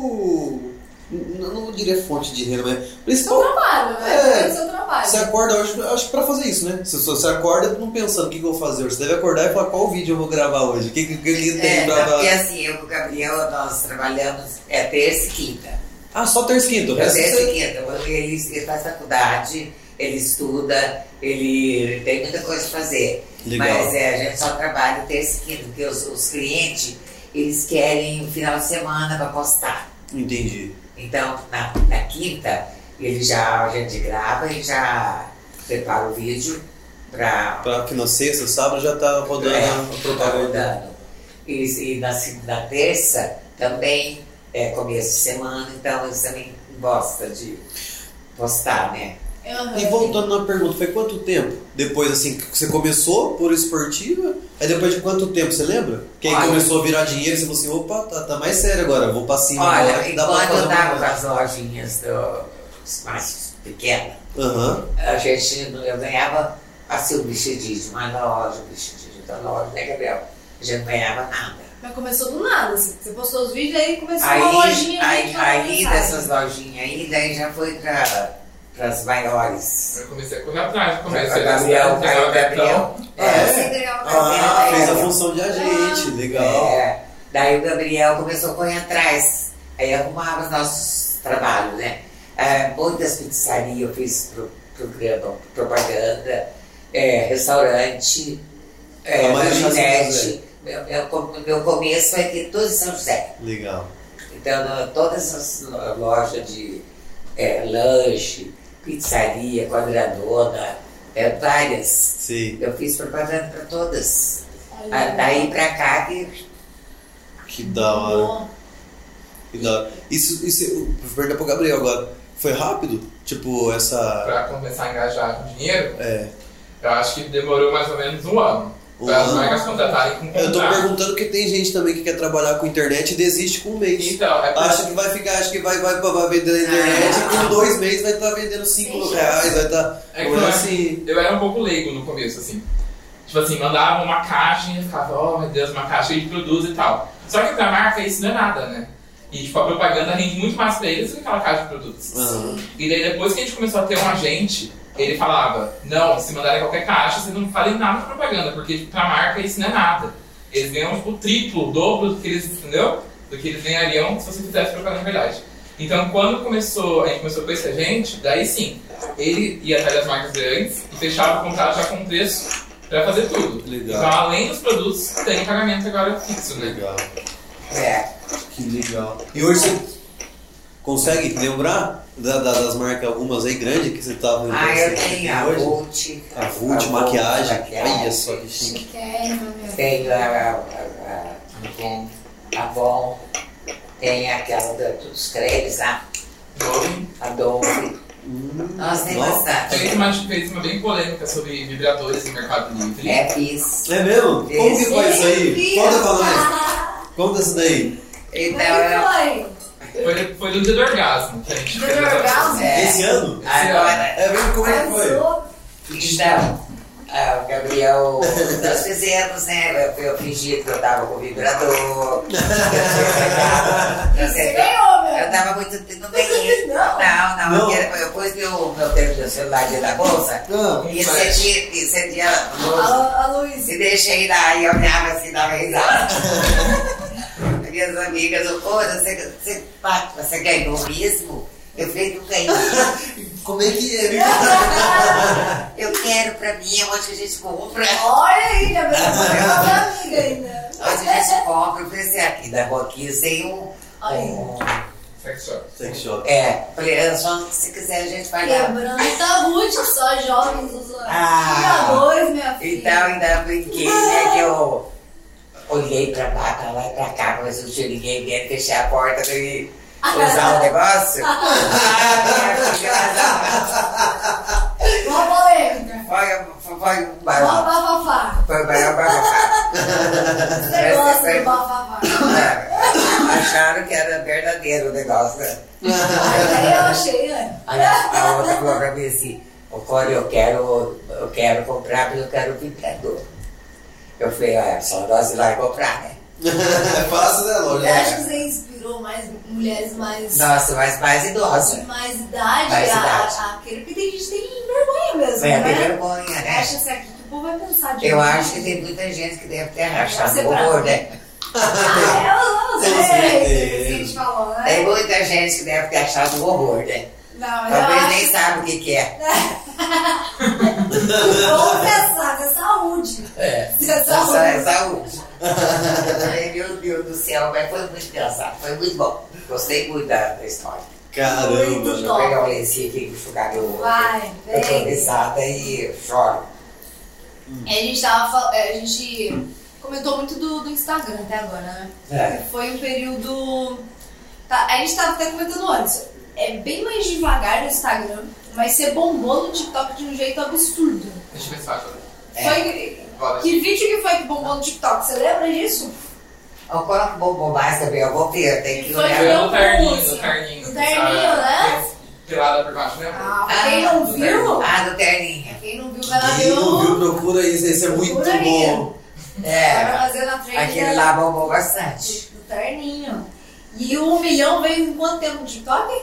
n- Eu não diria fonte de renda, mas.
Seu
Principal.
trabalho, né?
É.
É o seu trabalho.
Você acorda hoje, acho que pra fazer isso, né? Você, você acorda não pensando o que, que eu vou fazer hoje. Você deve acordar e falar qual vídeo eu vou gravar hoje. O que, que, que ele tem
É,
pra.
não, porque assim, eu com o Gabriel, nós trabalhamos é terça e quinta.
Ah, só terça e quinta. O resto
terça
você...
e quinta. Ele, ele faz faculdade, ele estuda, ele tem muita coisa pra fazer. Mas
Legal.
é, a gente só trabalha terça e quinta, porque os, os clientes, eles querem o final de semana pra postar.
Entendi.
Então, na, na quinta, ele já, a gente grava e já prepara o vídeo pra
Pra que na sexta, sábado já tá rodando
É,
a propaganda.
rodando. E, e na, se- na terça também é começo de semana, então eles também gostam de postar, né?
Aham.
E voltando na pergunta, foi quanto tempo? Depois, assim, que você começou por esportiva, aí depois de quanto tempo, você lembra? Que aí
Olha.
começou a virar dinheiro, você falou assim, opa, tá, tá mais sério agora, vou pra cima agora
Olha,
que dá pra
enquanto eu
então fazer
tava com
uma
as lojinhas do, mais pequenas,
coisa. Aham,
a gente eu ganhava assim o bichedinho de uma loja, o bichedinho da loja, né, Gabriel? A gente não ganhava nada.
Mas começou do nada, assim. Você postou os vídeos aí começou
Aí,
uma lojinha
aí,
que era
aí
mensagem.
dessas lojinhas aí, daí já foi para as maiores.
Eu comecei a correr atrás, comecei
Gabriel,
a
Gabriel,
pegar é o cartão.
Gabriel.
Ah,
É, você
é?
ganhou o
Ah,
Gabriel.
fez a
é.
função de agente, legal.
É, daí o Gabriel começou a correr atrás. Aí arrumava os nossos trabalhos, né? É, muitas pizzarias eu fiz pro, programa, propaganda, é, restaurante, é,
A maioria das
lanchonete. Meu, meu, com- meu começo vai ter todo em São José.
Legal.
Então, na- todas as lo- lojas de é, lanche, pizzaria, quadradona, é, várias.
Sim,
Eu fiz propaganda para todas. Ah,
Olha.
Daí pra cá que
que da hora,
Bom,
que da hora. Isso, isso, vou perguntar pro Gabriel agora, foi rápido? Tipo, essa...
Pra começar a engajar com dinheiro,
É,
eu acho que demorou mais ou menos um ano.
um
Pra as
ano.
marcas contratarem com
Eu tô
contrato.
perguntando que tem gente também que quer trabalhar com internet e desiste com um mês.
Então, é
Acha que vai ficar, acho que vai, vai, vai vender na internet e com dois meses vai estar vendendo cinco
Sim,
reais, vai tá estar.
É que não é-
assim.
Eu era um pouco leigo no começo, assim. Tipo assim, mandava uma caixa e eu ficava, oh meu Deus, uma caixa de produto e tal. Só que pra marca isso não é nada, né? E tipo, a propaganda rende muito mais pra eles do que aquela caixa de produtos.
Aham.
E daí depois que a gente começou a ter um agente, ele falava, não, se mandarem qualquer caixa, vocês não falem nada de propaganda, porque tipo, pra marca isso não é nada. Eles ganham tipo, o triplo, o dobro do que eles, entendeu? Do que eles ganhariam se você fizesse propaganda de verdade. Então quando começou, a gente começou com esse agente, daí sim, ele ia atrás das marcas grandes e fechava o contrato já com preço pra fazer tudo.
Legal.
Então além dos produtos, tem pagamento agora fixo, né?
Legal.
é,
Que legal. E hoje você consegue lembrar da- da- das marcas algumas aí grandes que você tava
Ah, eu
você
tenho
tem
a
hoje?
Vult.
A Vult,
a
maquiagem.
maquiagem.
Olha só que chique.
chiquérrima, meu.
Tenho a, a, a,
Bom,
a Avon. Tem aquela da- dos cremes lá,
Robin
a Dove.
Hum,
Nós tem
nossa.
bastante.
fez uma, fez uma bem polêmica sobre vibradores no Mercado Livre.
É, fiz.
É mesmo? Como que
Esse
foi isso aí?
Meu
Conta pra nós.
Deus.
Conta isso daí.
Então, eu-
Como que
Foi, foi do Dedorgasmo que a gente
foi? Deu orgasmo?
É.
Esse ano?
agora,
É mesmo? Como é que foi?
Arrasou.
então, ah, o Gabriel, nós fizemos, né? Eu, eu fingi que eu tava com vibrador. que eu tinha pegado,
é.
eu
Você
sentava-
ganhou, meu.
Eu tava muito. Não ganhei.
Não.
não, não,
Não.
porque Eu pus meu, meu, tempo- meu celular dentro da bolsa.
Ah,
E acendi, e acendi a luz.
A, a Luísa.
Se deixei lá e olhava assim, dava risada. As Minhas amigas, eu, pô, você, você, pá, você ganhou mesmo? Eu falei, não ganhei.
como é que é?
Eu quero pra mim, é onde que a gente compra?
Olha aí, já veio uma amiga ainda.
Onde a gente compra? Eu falei assim, aqui da Roquinha sem um.
Ai.
um
Sex shop.
Sex shop.
é, falei, "Ah, só se quiser a gente vai lá.
Quebrando tabu de só jovens usando.
Ah.
Jogadores, minha filha.
Então ainda brinquei, né? Que eu olhei pra lá, pra lá e pra cá, mas não tinha ninguém dentro, fechei a porta e usar o negócio. Ah, minha filha, mas, então-
Uma polêmica.
ah, foi, foi um
Uma
barulho.
bafafá.
Foi um barulho, barulho.
Você gosta de bafafá.
É, Acharam que era verdadeiro o negócio, né?
Aí eu achei, né?
Aí a a outra falou pra mim assim, ô Cole, eu quero, eu quero comprar, mas eu quero vibrador. Eu falei, olha, só nós largou pra, né?
Fácil, né,
Eu
Lorde?
acho que você inspirou mais mulheres mais.
Nossa, mas mais idosa.
de mais idade,
Mais
a,
idade.
a- aquele porque tem gente que tem vergonha mesmo,
Vai ter
né?
vergonha, né?
Acha-se aqui que o povo vai pensar de
Eu
mim.
acho que tem muita gente que deve ter
Você
achado
pra-
horror, né?
Ah, eu não
Com
sei.
certeza.
que a gente falou, né?
Tem muita gente que deve ter achado horror, né?
Não, eu
Talvez
acho
nem saiba o que, que é.
Vamos pensar, que é saúde.
É.
Que é
Só é
saúde.
saúde. Ai, Meu Deus do céu, mas foi muito engraçado, foi muito bom. Gostei muito da, da história.
Caramba,
Muito
né?
Vou
Top.
pegar um lencinho aqui e enxugar meu olho.
Vai,
Eu tô
vem.
risada e choro.
E a gente tava fal- é, A gente comentou muito do, do Instagram até agora, né?
É.
Foi um período. tá, a gente tava até comentando antes. É bem mais devagar no Instagram, mas você bombou no TikTok de um jeito absurdo.
Deixa eu pensar agora.
É.
Foi.
Bora.
Que vídeo que foi que bombou no TikTok? Você lembra disso?
Eu coloco bobo mais também, eu vou ver, tem que
Foi
olhar.
Foi
Não,
o É, um terninho,
pulso.
do terninho. É,
Do Um terninho, né?
Pelada por baixo, né? lembra?
Ah, pra quem não viu.
Ah, do terninho.
Quem não viu, vai lá
Quem
ver
não
o.
viu, procura isso, esse é muito
Procura aí.
bom.
Vai
É,
fazer na frente
aquele
da-
lá bombou bastante.
do terninho. E o um milhão veio em quanto tempo de TikTok?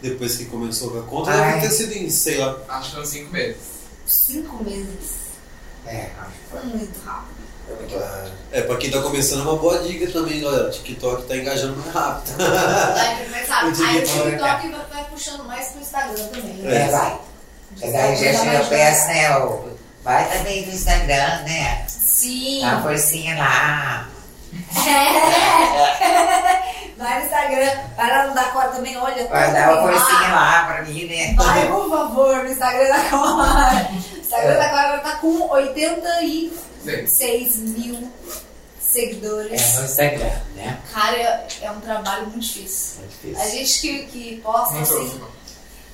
Depois que começou com a conta,
Ai.
deve ter sido em, sei lá,
Acho que foram cinco meses.
Cinco meses.
É,
Foi muito rápido.
foi muito bom.
É, pra quem tá começando é uma boa dica também, galera. TikTok tá engajando mais rápido.
Ah,
Aí, mas sabe,
Eu diria
aí o
que-
TikTok vai, vai puxando mais pro Instagram também. né?
É, vai. Mas aí já chega o PS, né? ô? Vai também no Instagram, né?
Sim.
Dá uma forcinha lá.
Vai no Instagram. Vai lá no Dakota também, olha.
Vai
tudo
dar uma
bem lá.
forcinha lá pra mim, né?
Vai, por favor, no Instagram da Cora. O Instagram
É.
da Cora tá com 86
Sim.
mil
É
seguidores.
no Instagram, né?
Cara, é um trabalho muito difícil.
É
A
difícil.
gente que, que posta
Muito
assim,
bom.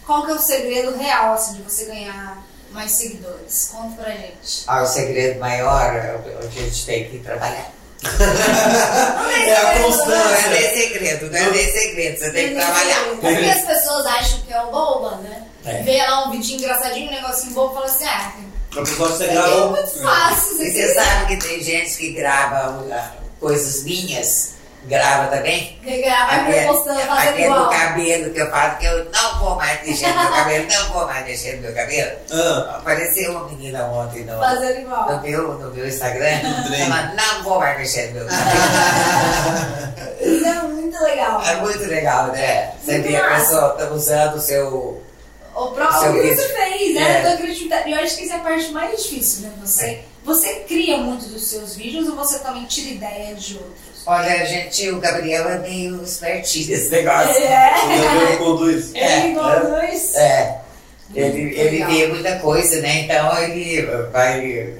qual que é o segredo real assim, de você ganhar mais seguidores? Conta pra gente.
Ah, o segredo maior é o que a gente tem que trabalhar.
É a
Não, é
constância.
nem segredo, não é nem segredo, você tem que
é
trabalhar.
Porque as pessoas acham que é o boba, né?
É.
Vê lá um vidinho engraçadinho, um negocinho bobo e fala assim, ah,
Pra pessoa que você
é
gravou.
muito fácil. assim."
E
Você
você sabe que tem gente que grava ah, coisas minhas, grava também?
ganhar, vai postando, fazendo
aquele é- do
igual.
cabelo que eu falo que eu não vou mais mexer no meu cabelo, não vou mais mexer no meu cabelo.
Ah,
Apareceu uma menina ontem no,
Fazendo igual.
no meu, no meu Instagram,
No trem.
ela não vou mais mexer no meu cabelo.
Isso é muito legal.
é muito legal, né? Você
Muito
vê a
massa.
pessoa tá usando o seu.
O próprio
Seu
o que
vídeo.
você fez,
É.
né? Da tua criatividade. Eu acho que essa é a parte mais difícil, né? Você, você cria muito dos seus vídeos ou você também tira ideia de outros?
Olha, gente, o Gabriel é meio espertinho nesse negócio.
É.
o Gabriel conduz.
É.
Ele conduz.
É. Ele, ele
Legal.
vê muita coisa, né? Então ele vai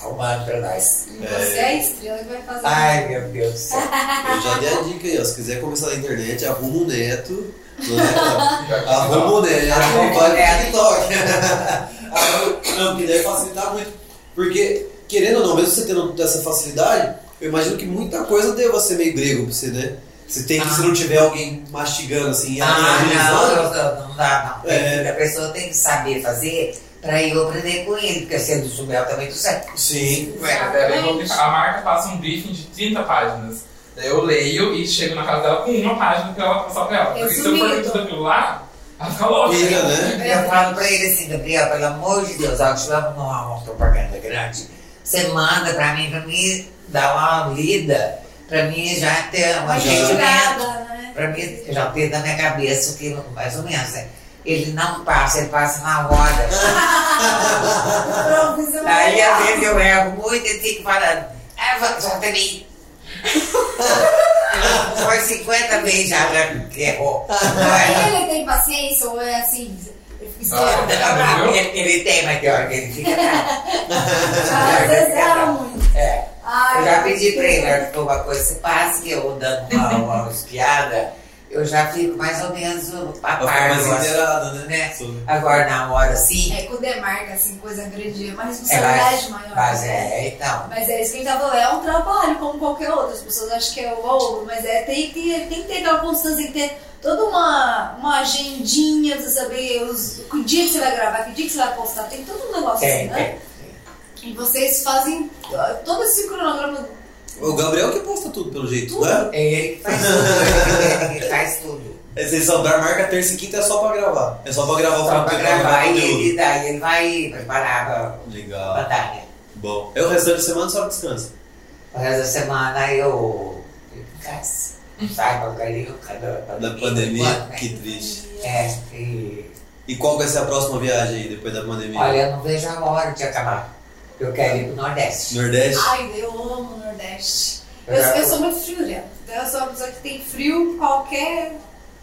arrumando pra nós.
E Você é a estrela que vai fazer.
Ai, meu Deus do céu.
Eu já dei a dica aí, ó. Se quiser começar na internet, arruma um neto. Né?
Ah.
Já que
Arruma um neto
Arruma
e
um
vai
neto.
pro TikTok. Arruma- não, que daí facilitar muito. Porque, querendo ou não, mesmo você tendo essa facilidade, eu imagino que muita coisa deva ser meio grego pra você, né? Você tem que, se não tiver alguém mastigando assim, e
Ah, não,
analisando,
não, não, não dá, não.
É.
A pessoa tem que saber fazer pra eu aprender com ele, porque se ele não souber, eu também não sei.
Sim.
Ué, até bem complicado. A marca passa um briefing de 30 páginas. Daí eu leio e chego na casa dela com uma página pra ela passar pra ela. Porque se eu for ler
Resumindo.
tudo aquilo lá, ela fica louca.
Pira, né?
Eu falo pra ele assim, Gabriel, pelo amor de Deus, ó, tivemos uma, uma propaganda grande. Você manda pra mim, pra mim dar uma lida, pra mim já ter um
Uma
entendimento.
jogada, né?
Pra mim, eu já perdi na minha cabeça o que mais ou menos, né? Ele não passa, ele passa na hora.
Improviso é
Aí é às
legal.
vezes eu erro muito e fico falando, ah, vou- já também. Foi 50 vezes já, já que errou. Mas,
Ele tem paciência ou é assim?
é
Ah,
Estourado.
ele, ele tem, mas tem hora que ele fica. bravo.
Às vezes um- era muito.
É.
Ai,
Eu já pedi pra ele, né? mas uma coisa se passa, que eu dando uma, uma espiada, eu já fico mais ou menos a
Ela
par
fica
do
mais
assunto.
inteirada, né?
né?
Sobre-
Agora na hora sim,
É, quando demarca, assim, coisa grande, é uma
é
responsabilidade
mais.
maior.
Mas é, então.
Mas é isso que a gente tá falando, é um trabalho como qualquer outro. As pessoas acham que é o ouro, mas é, tem, que tem que ter aquela constância, tem que ter toda uma, uma
É,
agendinha pra você saber os, que dia que você vai gravar, que dia que você vai postar, tem todo um negócio,
Tem,
né?
tem.
E vocês fazem ah, todo esse cronograma.
O Gabriel que posta tudo, pelo jeito,
Tudo.
né? É,
É ele que faz tudo. é ele faz tudo.
A exceção da marca terça e quinta é só pra gravar. É só pra gravar o
Só pra
conteúdo,
gravar e
conteúdo.
ele, daí ele vai preparar a
Legal.
batalha.
Bom. É o restante da semana só descansa.
O resto da semana eu fico em casa. Sai com o carinho, cada
Da pandemia, que triste.
É, e
E qual vai ser a próxima viagem aí depois da pandemia?
olha, eu não vejo a hora de acabar. Eu quero ir pro Nordeste.
Nordeste?
Ai, eu amo o Nordeste. Eu,
já-
eu sou muito friorenta. Eu sou uma pessoa que tem frio, qualquer.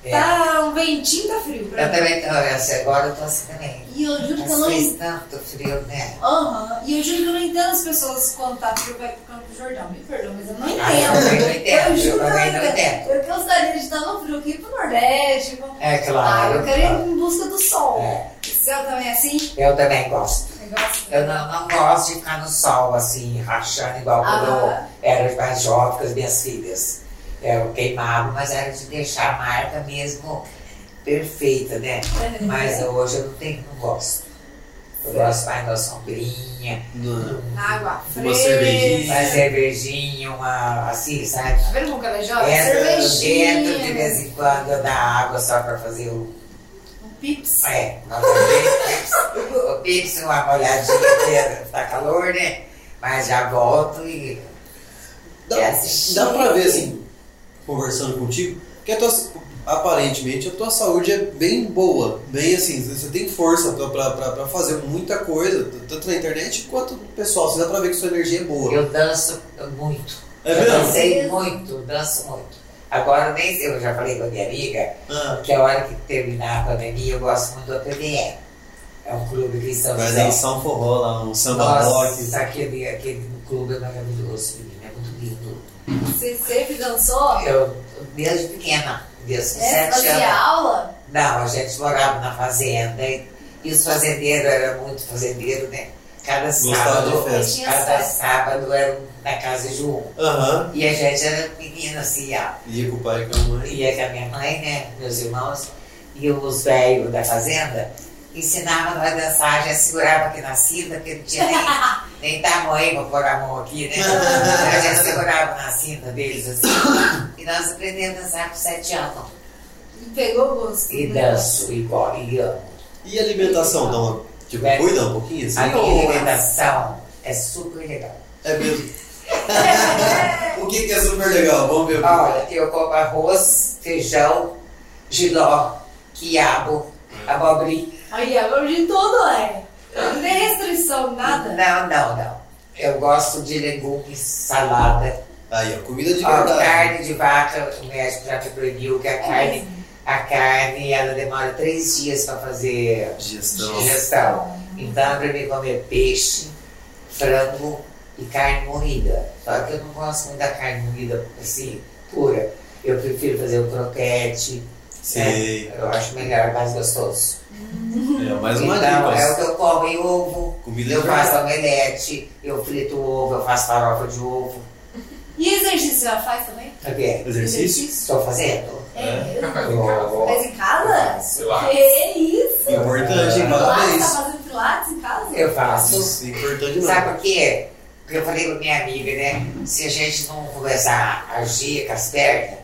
é.
Tá um ventinho, tá frio pra
Eu
mim.
também tô, essa, agora eu tô assim também.
E eu juro que eu
Mas
não
fez tanto frio, né?
Aham, e eu juro que eu não entendo as pessoas quando tá frio vai pro Campo do Jordão, me perdoa, mas eu não entendo.
Ah, eu também não entendo,
Eu juro
eu
que eu não
também não
entendo.
entendo.
Eu gostaria de estar no frio aqui pro Nordeste. Vamos...
É
Ah,
claro.
eu quero ir em busca do sol.
É,
O céu também é assim?
eu também gosto.
Negócio.
Eu não, não gosto de ficar no sol assim, rachando igual quando
Ah.
eu era mais jovem com as minhas filhas. É, Eu queimava, mas era de deixar a marca mesmo perfeita, né?
é
Mas hoje eu não tenho, não gosto. Eu gosto mais da sombrinha,
Não.
Água fresca.
Uma cervejinha.
uma cervejinha, uma assim, sabe?
Tá vendo como que ela é jovem?
Entra dentro de vez
Cervejinha.
em quando da água só pra fazer o.
Um pips.
É, nós vamos ver o pix, uma molhadinha, porque tá calor, né? Mas já volto e.
Dá,
Quer assistir?
dá pra ver, É assim, conversando contigo, que a tua, aparentemente a tua saúde é bem boa. Bem assim, você tem força pra, pra, pra, pra fazer muita coisa, tanto na internet quanto no pessoal. Você dá pra ver que sua energia é boa.
Eu danço muito.
É
eu
mesmo?
dancei muito, danço muito. Agora nem sei, eu já falei com a minha amiga,
Ah,
que a hora que terminar a pandemia eu gosto muito do PBE. É um clube aqui em São
vai
José.
dançar um forró lá, um samba rock.
Nossa, aquele, aquele clube é maravilhoso, menino, é muito lindo.
Você sempre dançou?
Eu, desde pequena, desde com
É,
sete
fazia
anos.
aula?
Não, a gente morava na fazenda e, e os fazendeiros eram muito fazendeiros, né? Cada
Gostava de
sábado,
festa.
Tinha
cada
festa.
sábado era um na casa de um.
Aham.
E a gente era menina assim, ó.
Ia com o pai e com a mãe.
ia com é a minha mãe, né, meus irmãos, e os velhos da fazenda, ensinava nós a dançar, já segurava aqui na cinta, porque não tinha nem, nem tamanho para pôr a mão aqui, né? Nós já segurava na cinta deles assim. E nós aprendemos a dançar com sete anos.
E pegou o gosto.
E
né?
danço, e, go- e amo.
E alimentação, dá uma. Tipo,
É.
cuida um pouquinho assim?
A minha
Ou-
alimentação é super legal.
É mesmo. o que, que é super legal? Vamos ver o que.
Olha, eu como arroz, feijão, giló, quiabo, abobrinha.
Aí, agora de tudo é. Não tem restrição, nada.
Não, não, não. Eu gosto de legumes, salada.
é. Aí, ó, comida de
Ó,
verdade.
carne de vaca, o médico já me proibiu que a carne, a carne ela demora três dias para fazer
Digestão.
digestão. Então é pra mim comer peixe, frango e carne moída. Só que eu não gosto muito da carne moída assim, pura. Eu prefiro fazer o croquete, né?
Sei.
eu acho melhor, mais gostoso.
É, mais uma
então, é o
dica.
que eu como e ovo.
Comida é
Eu
verdade.
faço omelete, eu frito ovo, eu faço farofa de ovo.
E exercício ela faz também?
Porque
Exercício?
estou fazendo.
É,
É.
mesmo?
Faz em casa.
Faz em casa?
Sei lá.
Que isso?
Importante, hein?
Pilates? Tá
Parabéns.
fazendo pilates em casa?
Eu faço.
Isso, importante
Sabe
não.
por quê? Porque eu falei com minha amiga, né? Se a gente não começar a agir com as pernas,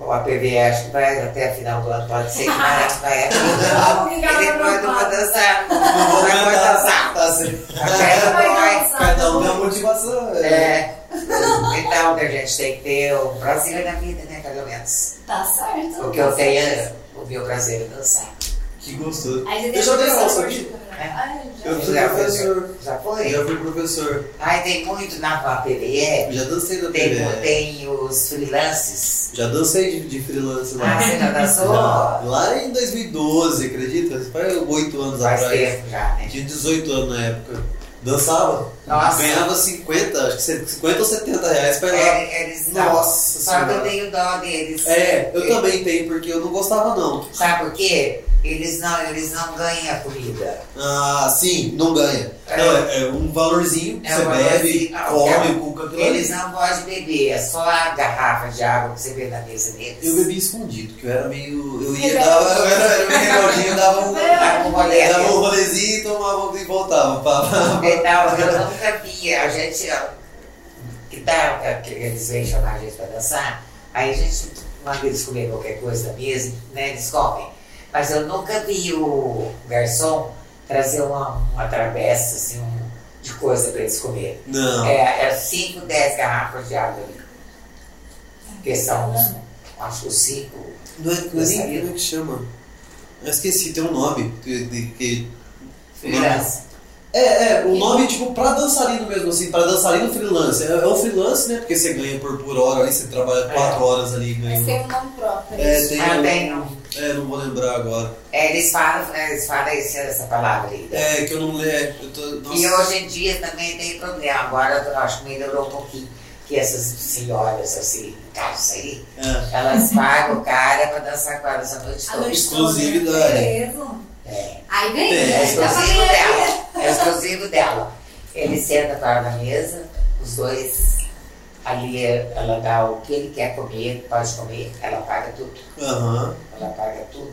o APV acho que vai até a final do ano, pode ser que vai, vai até
Vamos ficar
E depois não vou
preocupado.
dançar.
Não vou
Não vou
cantar.
dançar.
Tá certo.
A perna
Vai
dói.
dançar.
Cada um tem a motivação. É.
É. Então, que a gente tem que ter um prazer na vida, né? Pelo menos.
Tá certo.
O que eu tenho é o meu prazer é dançar.
Que gostoso.
Aí você
Deixa eu
tem
dar
que
alça
pensar
aqui. É.
por fora. Ai, já.
Eu sou
Já
professor.
Já
Eu
foi?
já fui professor.
Ai, tem muito na é? PVE.
Eu Já dancei na
Tem,
TV.
tem os freelances.
Já dancei de, de freelance lá.
Ah, você
Já.
já dançou?
Lá em 2012, acredita? Faz 8 anos
Faz
atrás.
tempo já, né?
Tinha 18 anos na época. Dançava.
Nossa.
Ganhava 50, acho que 50 ou 70 reais pra ir lá.
É, eles não.
Nossa
Só que eu
senhora.
tenho dó deles.
É, eu também tenho, porque eu não gostava não.
Sabe por quê? Eles não, eles não ganham a comida.
Ah, sim, não ganha.
É.
Não, é, é um valorzinho, que
É
você
um
bebe,
valorzinho. Ah,
come,
é.
cuca, aquilo ali.
Eles não podem beber, é só a garrafa de água que você vê na mesa deles.
Eu bebi escondido, que eu era meio. Eu ia,
Rebelde.
dava, eu era eu era meio rebeldinho, dava um,
Dava um rolê.
dava um rolezinho, tomava um e voltava. Pá, pá, pá.
Então, eu nunca vi. A gente, ó, que dá, é, que eles vêm chamar a gente pra dançar, aí a gente manda eles comer qualquer coisa da mesa, né? Eles comem. Mas eu nunca vi o garçom trazer uma, uma travessa, assim, um- de coisa pra eles comerem.
Não.
É, é 5, 10 garrafas de água ali. Que são, uns, acho que os 5.
Não é, não é nem como é que chama. Eu esqueci, tem um nome. Que, de- que-
Criança.
É, é, o nome tipo pra dançarino mesmo, assim, pra dançarino freelance. É, é um freelance, né? Porque você ganha por, por hora ali, você trabalha
É.
quatro horas ali ganha.
Mas tem um nome próprio.
É, tem
Ah,
um-
tem um.
É, não vou lembrar agora.
É, eles falam, eles falam esse- essa palavra aí. né?
É, que eu não lembro. Eu tô, nossa.
E hoje em dia também tem problema. Agora eu acho que melhorou um pouquinho. Que essas senhoras, assim, calça aí,
É.
elas pagam cara pra dançar com elas a noite
A
toda.
noite
Exclusividade.
Beleza.
É,
Aí ganhei.
É,
é
né? Dá pra
exclusivo
ganhar dinheiro.
dela. É exclusivo dela. Ele senta com ela na mesa, os dois. Ali ela dá o que ele quer comer, pode comer, ela paga tudo.
Aham.
Ela paga tudo.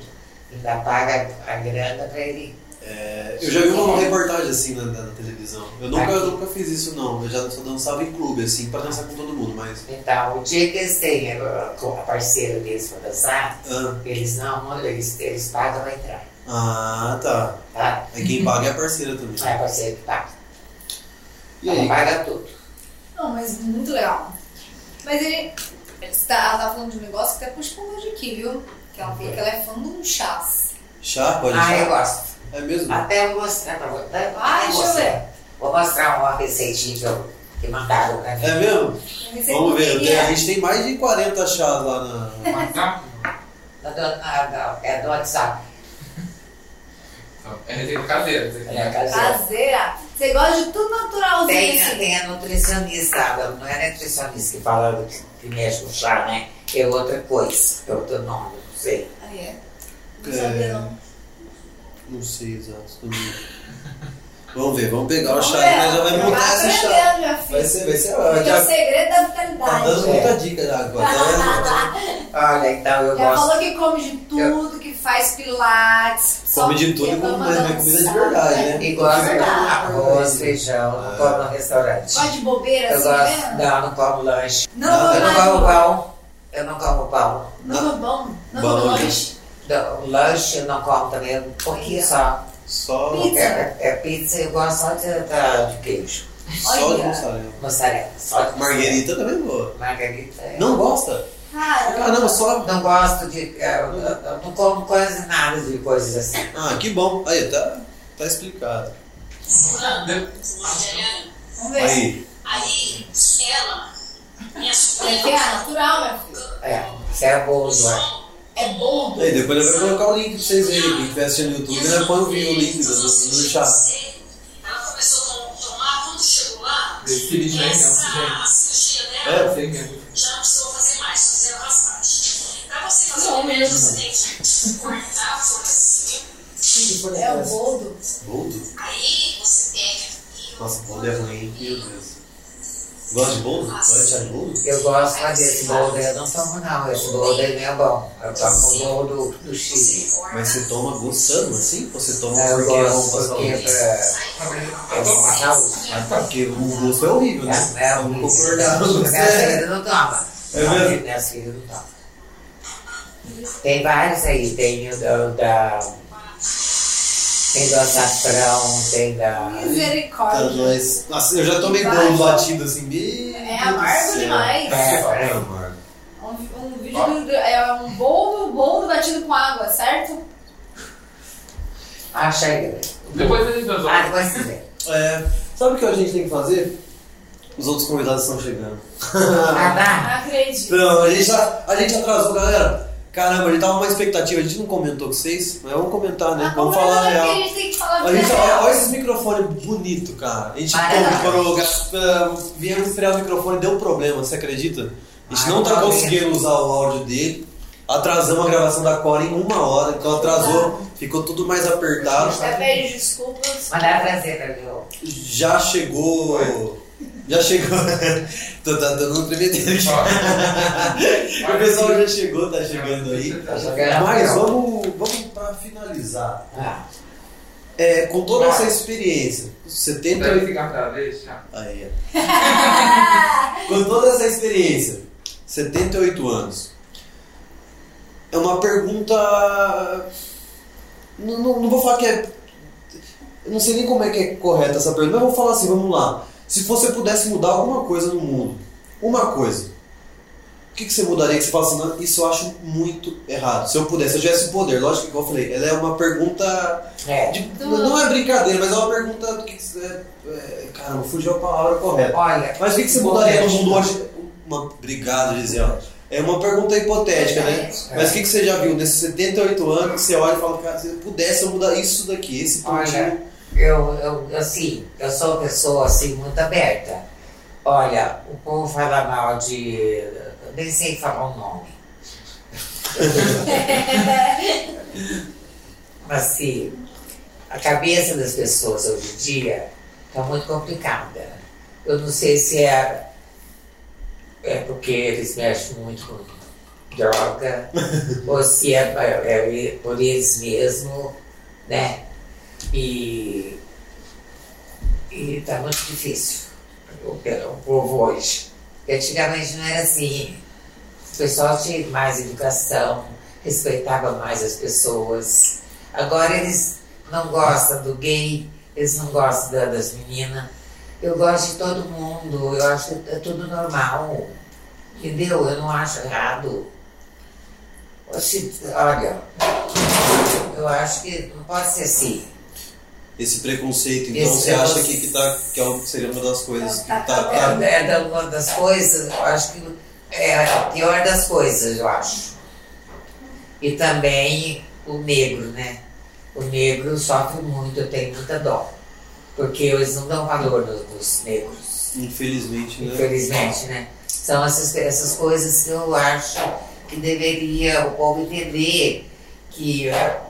Ainda paga a grana pra ele
É, eu já vi uma reportagem assim na, na televisão. Eu nunca, eu nunca fiz isso, não. Eu já só dançava em clube, assim, pra dançar com todo mundo, mas.
Então, o dia que eles têm a a parceira deles para dançar,
Ah,
eles não, eles, eles pagam a entrada,
ah, tá.
tá?
Aí quem paga é a parceira também.
Não é a parceira que paga.
E
Ela
aí?
paga tudo.
Não, mas muito legal. Mas ele. Você tá, ela tá falando de um negócio que até puxa pra longe aqui, viu? Que ela falou que ela é fã de um chás.
Chá? Pode
Ah, eu
chá?
gosto.
É mesmo?
Até eu vou mostrar pra você.
Ah, deixa eu ver.
Vou mostrar uma receitinha que, eu, que mandaram pra mim.
É mesmo?
Eu recebi
Vamos ver.
que
tem-
é.
a gente tem mais de 40 chás lá na.
WhatsApp?
Da do, ah, da- é do WhatsApp.
Então, É receita caseira. receita
É
caseira.
Ah,
caseira.
Caseira. Você gosta de tudo naturalzinho
Tem, a-
assim.
tem a nutricionista, ela não é nutricionista que fala que, que mexe com chá, né? É outra coisa, é outro nome, não sei.
Ah, é? Não sabia não.
Não sei exato. também. Vamos ver, vamos pegar o
Vamos
chá.
ver.
Nós já vai montar esse chá.
aprendendo, minha filha.
Vai ser, vai ser.
Porque o
Já
segredo da
tá
vitalidade.
dando muita dica já agora. Tá dando-
Olha, então
um
eu
Já
gosto.
falou que come de tudo, que faz pilates. só
Come de tudo e
que
come
ama
mais, mas comida de
dançar.
verdade, né?
E gosto de arroz, feijão,
Ah.
não como no restaurante.
Gosta de bobeira
Eu
assim
gosto,
mesmo?
não, não como lanche.
Não,
Não,
não,
Eu não como
não,
pão, eu não como pão.
não, não, bom. não,
Bom,
não,
né?
bicho.
Não, lanche eu não como também, um pouquinho só.
Só.
Pizza.
É, é pizza, eu gosto só de, da- de queijo,
Só de
Olha.
mussarela.
mussarela, só de mussarela.
Marguerita também é boa.
Margarita. é.
Não gosta?
Cara,
Caramba, só.
Não gosto de. é, Eu, eu- eu não como quase nada de coisas assim.
Ah, que bom. Aí, tá, tá explicado.
vamos ver.
Aí.
Aí, ela,
É que
minha
é
sobrinha,
natural, meu filho.
É, isso é bom, não é?
É bom.
aí, depois eu vou colocar o link pra vocês verem. Quem estiver assistindo no YouTube, né? Põe o vi- o link do, do chá.
ela começou a tomar, quando chegou lá,
Esse vídeo é
essa, a
gente.
cirurgia dela
É,
Sei mesmo.
já não precisou fazer mais, só fizeram raspagem. Pra você fazer um remédio, você tem que cortar a folhazinha,
É o boldo.
boldo?
aí você pega e
Nossa, boldo é ruim, meu Deus. Gosta de boldo? Gosta de chá de boldo?
Eu gosto, mas esse boldo eu não tomo não, esse boldo aí não é bom. Eu tomo o boldo do Chile.
Mas você toma gostando assim? Ou você toma
Eu
porque é bom
gosto
pra
porque é
saúde?
pra, é bom pra saúde.
Ah, tá, porque o gosto é horrível, né?
É, é um
Vamos concordar com
Minhas
você.
filhas não tomam.
É mesmo?
Minhas filhas não tomam. Tem vários aí, tem o da... da- tem do açafrão, tem da... é.
Tá,
Misericórdia.
nós... Nossa, eu já tomei boldo batido assim. Meu
É
Deus do
amargo
céu.
demais.
É,
É
é,
amargo.
Um, um vídeo do, é um boldo, boldo batido com água, certo?
acha aí.
Depois a gente vai
Ah,
usar.
depois você vê.
É, sabe o que a gente tem que fazer? Os outros convidados estão chegando.
Ah, tá.
Não acredito.
Não, a gente, já, a gente atrasou, galera. Caramba, a gente tava com uma expectativa, a gente não comentou com vocês, mas vamos comentar, né?
Tá
Ah,
Vamos
como
falar a
é que
real.
A gente tem que falar a
A gente, olha, olha
real.
esses microfones bonitos, cara. A gente
Maravilha.
comprou, gasta- viemos frear o microfone, deu problema, você acredita? A gente
Ai,
não tá
tá
conseguindo usar o áudio dele. Atrasamos a gravação da Cora em uma hora, então atrasou, ficou tudo mais apertado.
Já pede desculpas.
Mandar trazer pra mim. ó.
Já chegou. Já chegou. tô, tá dando um tremedeiro aqui. O pessoal já chegou, tá chegando aí.
Tá chegando.
Mas vamos, vamos pra finalizar.
Ah,
É, com toda essa experiência,
Você deve
70.
ficar pra vez, já.
Aí, ó. com toda essa experiência, 78 anos. É uma pergunta. Não, não, não vou falar que é. Eu não sei nem como é que é correta essa pergunta, mas eu vou falar assim, vamos lá. Se você pudesse mudar alguma coisa no mundo, uma coisa, o que, que você mudaria que você fala assim, não, isso eu acho muito errado. Se eu pudesse, se eu tivesse o poder, lógico que igual eu falei, ela é uma pergunta
é.
de- não é brincadeira, mas é uma pergunta do que que você. É, caramba, fugiu a palavra correta.
Olha,
Mas o que, que você mudaria no mundo hoje? Uma, obrigado, Gisele. É uma pergunta hipotética, né?
É.
Mas o que, que você já viu nesses 78 anos que você olha e fala, cara, se eu pudesse eu mudar isso daqui, esse
Olha,
pontinho.
eu, eu, assim, eu sou uma pessoa assim muito aberta. Olha, o povo fala mal de. Eu nem sei falar o nome. assim, a cabeça das pessoas hoje em dia está muito complicada. Eu não sei se é, é porque eles mexem muito com droga ou se é, é- é por eles mesmos, né? E, e tá muito difícil o, o povo hoje. Porque antigamente não era assim. O pessoal tinha mais educação, respeitava mais as pessoas. Agora eles não gostam do gay, eles não gostam da- das meninas. Eu gosto de todo mundo, eu acho que é tudo normal. Entendeu? Eu não acho errado. Oxi, Olha, eu acho que não pode ser assim.
Esse preconceito, então
Esse
você acha
negócio-
que, que, tá, que é o- seria uma das coisas que tá.
Tá
tá-
acabando.
É, é da- uma das coisas, eu acho que é a pior das coisas, eu acho. E também o negro, né? O negro sofre muito, eu tenho muita dó. Porque eles não dão valor no- nos negros,
infelizmente, né?
infelizmente, né? São essas, essas coisas que eu acho que deveria o povo entender que é,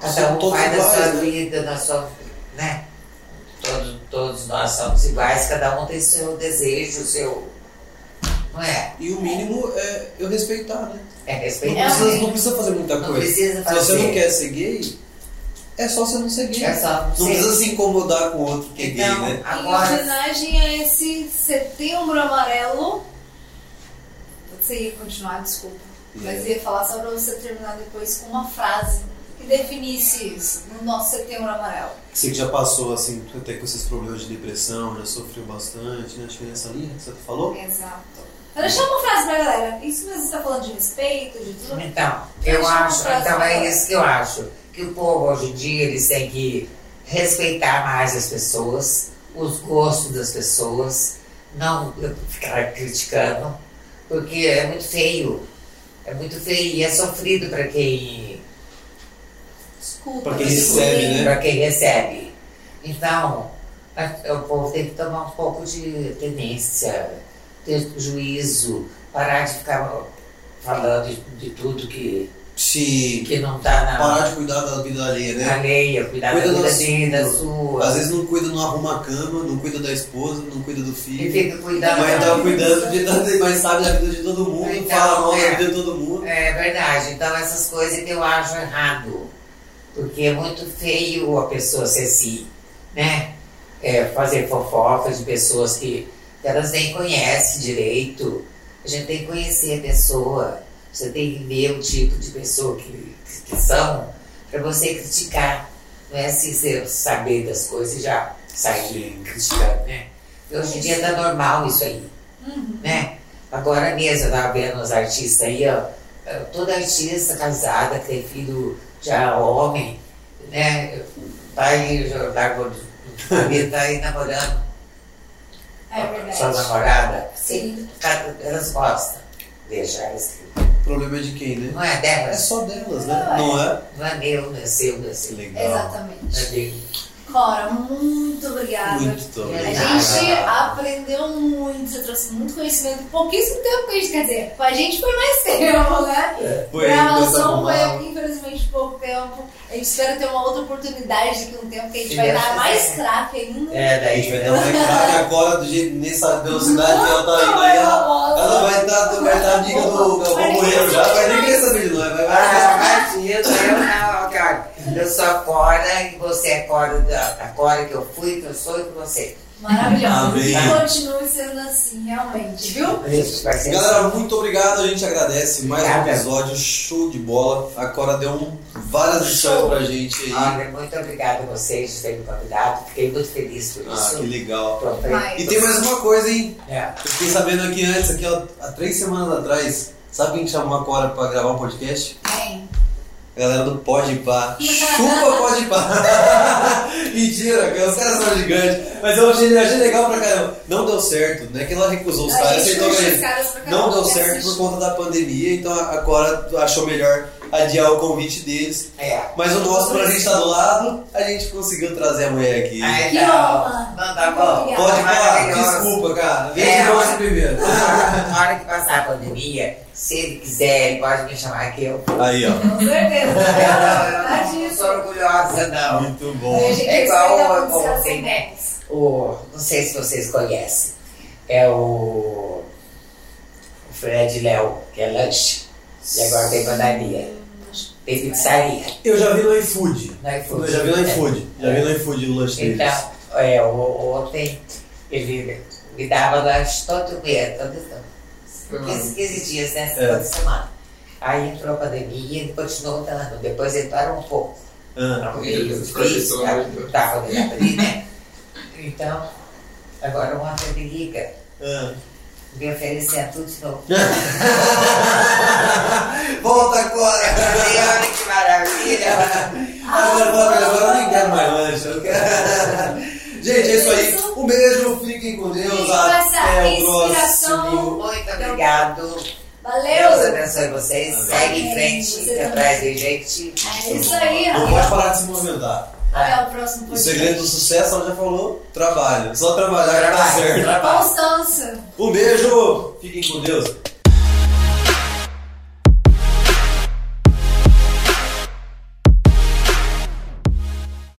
cada
São
um
todos
faz da sua
iguais, né?
vida, da sua. né? Todos, todos nós somos iguais, cada um tem seu desejo, seu. Não é?
E o mínimo é eu respeitar, né?
É
Não
respeito.
precisa,
Realmente.
não precisa fazer muita
Não
coisa.
precisa
Se você não
fazer.
quer ser gay, é só você não ser gay.
É só
Não
ser.
precisa se incomodar com outro que é gay,
Então,
né?
Em
agora.
homenagem a esse setembro amarelo. Você ia continuar, desculpa.
É.
Mas ia falar só pra você terminar depois com uma frase que definisse isso no nosso setembro amarelo.
Você que já passou, assim, até com esses problemas de depressão, já sofreu bastante, né? Acho que é nessa linha que você falou.
Exato. Vou deixar uma frase pra galera. Isso mesmo você tá falando de respeito, de tudo.
Então, eu
Deixa eu
acho,
mostrar
então
essa
é
foto.
isso que eu acho. Que o povo hoje em dia eles têm que respeitar mais as pessoas, os gostos das pessoas, não ficar criticando, porque é muito feio. É muito feio e é sofrido para quem,
Escuta.
Pra quem
você
recebe,
tem-
né?
pra quem recebe. Então, a- o povo tem que tomar um pouco de tenência, ter juízo, parar de ficar falando de, de tudo que,
Se
que não está na.
parar de cuidar da vida alheia,
Ah.
né?
alheia, cuidar
Cuida
da
do
vida dele, da
assunto.
sua.
Às vezes não cuida, não arruma a cama, não cuida da esposa, não cuida do
E
filho.
fica cuidando.
Mas tá cuidando de todo mas sabe da vida de todo mundo,
Então,
fala mal da
é.
vida de todo mundo.
É verdade. Então essas coisas que eu acho errado. Porque é muito feio a pessoa ser assim, né? É, fazer fofocas de pessoas que elas nem conhecem direito. A gente tem que conhecer a pessoa. Você tem que ver o tipo de pessoa que, que são para você criticar. Não é assim você saber das coisas e já sair criticando, né? Hoje em dia tá normal isso aí
Uhum.
né? Agora mesmo, eu tava vendo os artistas aí, ó. eh, Toda artista casada, que tem filho já é homem, né? Tá aí, já largou do- do marido, tá aí namorando
É
sua
verdade.
namorada.
Sim.
Cada- Elas gostam. Deixa elas.
O problema é de quem, né?
Não é
É
delas,
só delas, né? Não é?
não é meu, não é seu, não é seu.
Legal.
Exatamente.
Não é dele.
Cora, muito obrigada.
Muito
A
obrigado.
gente aprendeu muito, você trouxe muito conhecimento em pouquíssimo tempo que a gente quer dizer. Pra gente foi mais tempo, né?
Foi, tá
Gravação
foi
foi, infelizmente, pouco tempo. A gente espera ter uma outra oportunidade daqui a um tempo que a gente
Se
vai
é.
Deus
dar mais
quiser.
craque ainda.
É,
A
daí
gente vai dar um- uma craque agora do jeito, nessa velocidade que ela tá indo
é
aí. Ela, ela vai estar tá, vai tá amiga do Galvão Moreira já, vai nem querer saber de nós. Vai, vai, vai.
Ah, Matilda, eu não, cara. Eu sou a Cora e você é a Cora da, da Cora que eu fui, que eu sou e que você.
Maravilhosa.
Amém.
E continue sendo assim, realmente, viu?
Isso, vai ser
Galera, muito obrigado, a gente agradece mais um
Obrigada.
episódio, show de bola. A Cora deu um- várias lições pra gente aí.
Olha, muito obrigada a vocês por terem me convidado. Fiquei muito feliz por
Ah,
isso.
que legal.
Pronto,
Vai.
E tem mais uma coisa, hein?
É.
Eu fiquei sabendo aqui antes, aqui, ó, há três semanas atrás, sabe quem chamou a Cora pra gravar um podcast?
Bem,
A galera do Pode Pá. Chupa Pode Pá! Mentira, cara, os caras são gigantes. Mas eu achei, achei legal pra caramba. Não deu certo, não é que ela recusou os
a
caras,
gente
aceitou
puxa
que
os caras pra
Não
caramba,
deu
que
certo por
assiste.
conta da pandemia, então a a Cora achou melhor adiar o convite deles.
É.
Mas o nosso, pra gente estar do lado, a gente conseguiu trazer a mulher aqui.
Ai,
Que
não.
honra.
Não tá bom.
Obrigada.
Pode Pá,
Maravilhosa.
desculpa, cara. Vem
É,
de você
olha.
primeiro.
Na hora que passar a pandemia, se ele quiser, ele pode me chamar que eu.
Aí, ó.
Com certeza.
Eu
Ah, Tá
não, eu não
disso.
sou orgulhosa, não.
Muito
E
bom.
a gente
É igual
espera
o-
muito
o-
sucesso
tem, né?
com
o, não sei se vocês conhecem, é o, o Fred Léo, que é lanche, e agora tem padaria, tem pizzaria, é
Eu já vi no iFood.
no
Eu
iFood.
já vi no iFood. Já vi no iFood o lanche deles.
Então, é, o, ontem ele me dava lanche todo mês, todo, 15, 15 dias, né?
Uhum. É.
Toda semana. Aí entrou a pandemia e ele continuou dando, depois ele parou um pouco.
Ah,
Não,
Ele
ele
ficou
fez,
pessoa,
tá-
né?
tá fazendo ali, né? Então, agora uma me liga,
ah.
me oferecer tudo de novo.
Volta agora!
Falei, Olha que maravilha!
Agora, agora, agora eu nem quero mais lanche. Eu quero... Gente, é isso aí. Um beijo, fiquem com Deus.
E com essa
Até o
inspiração.
próximo.
Muito obrigado. Deus
Valeu!
abençoe vocês.
Amém.
Segue em
Amém.
frente,
Você
que atrás vem gente.
É isso aí,
Não pode
rapaz.
parar de se movimentar.
Até o próximo
O
podcast.
segredo do sucesso, ela já falou, trabalho. Só trabalhar que tá
Trabalho,
certo.
trabalho.
Constância.
Um beijo, fiquem com Deus.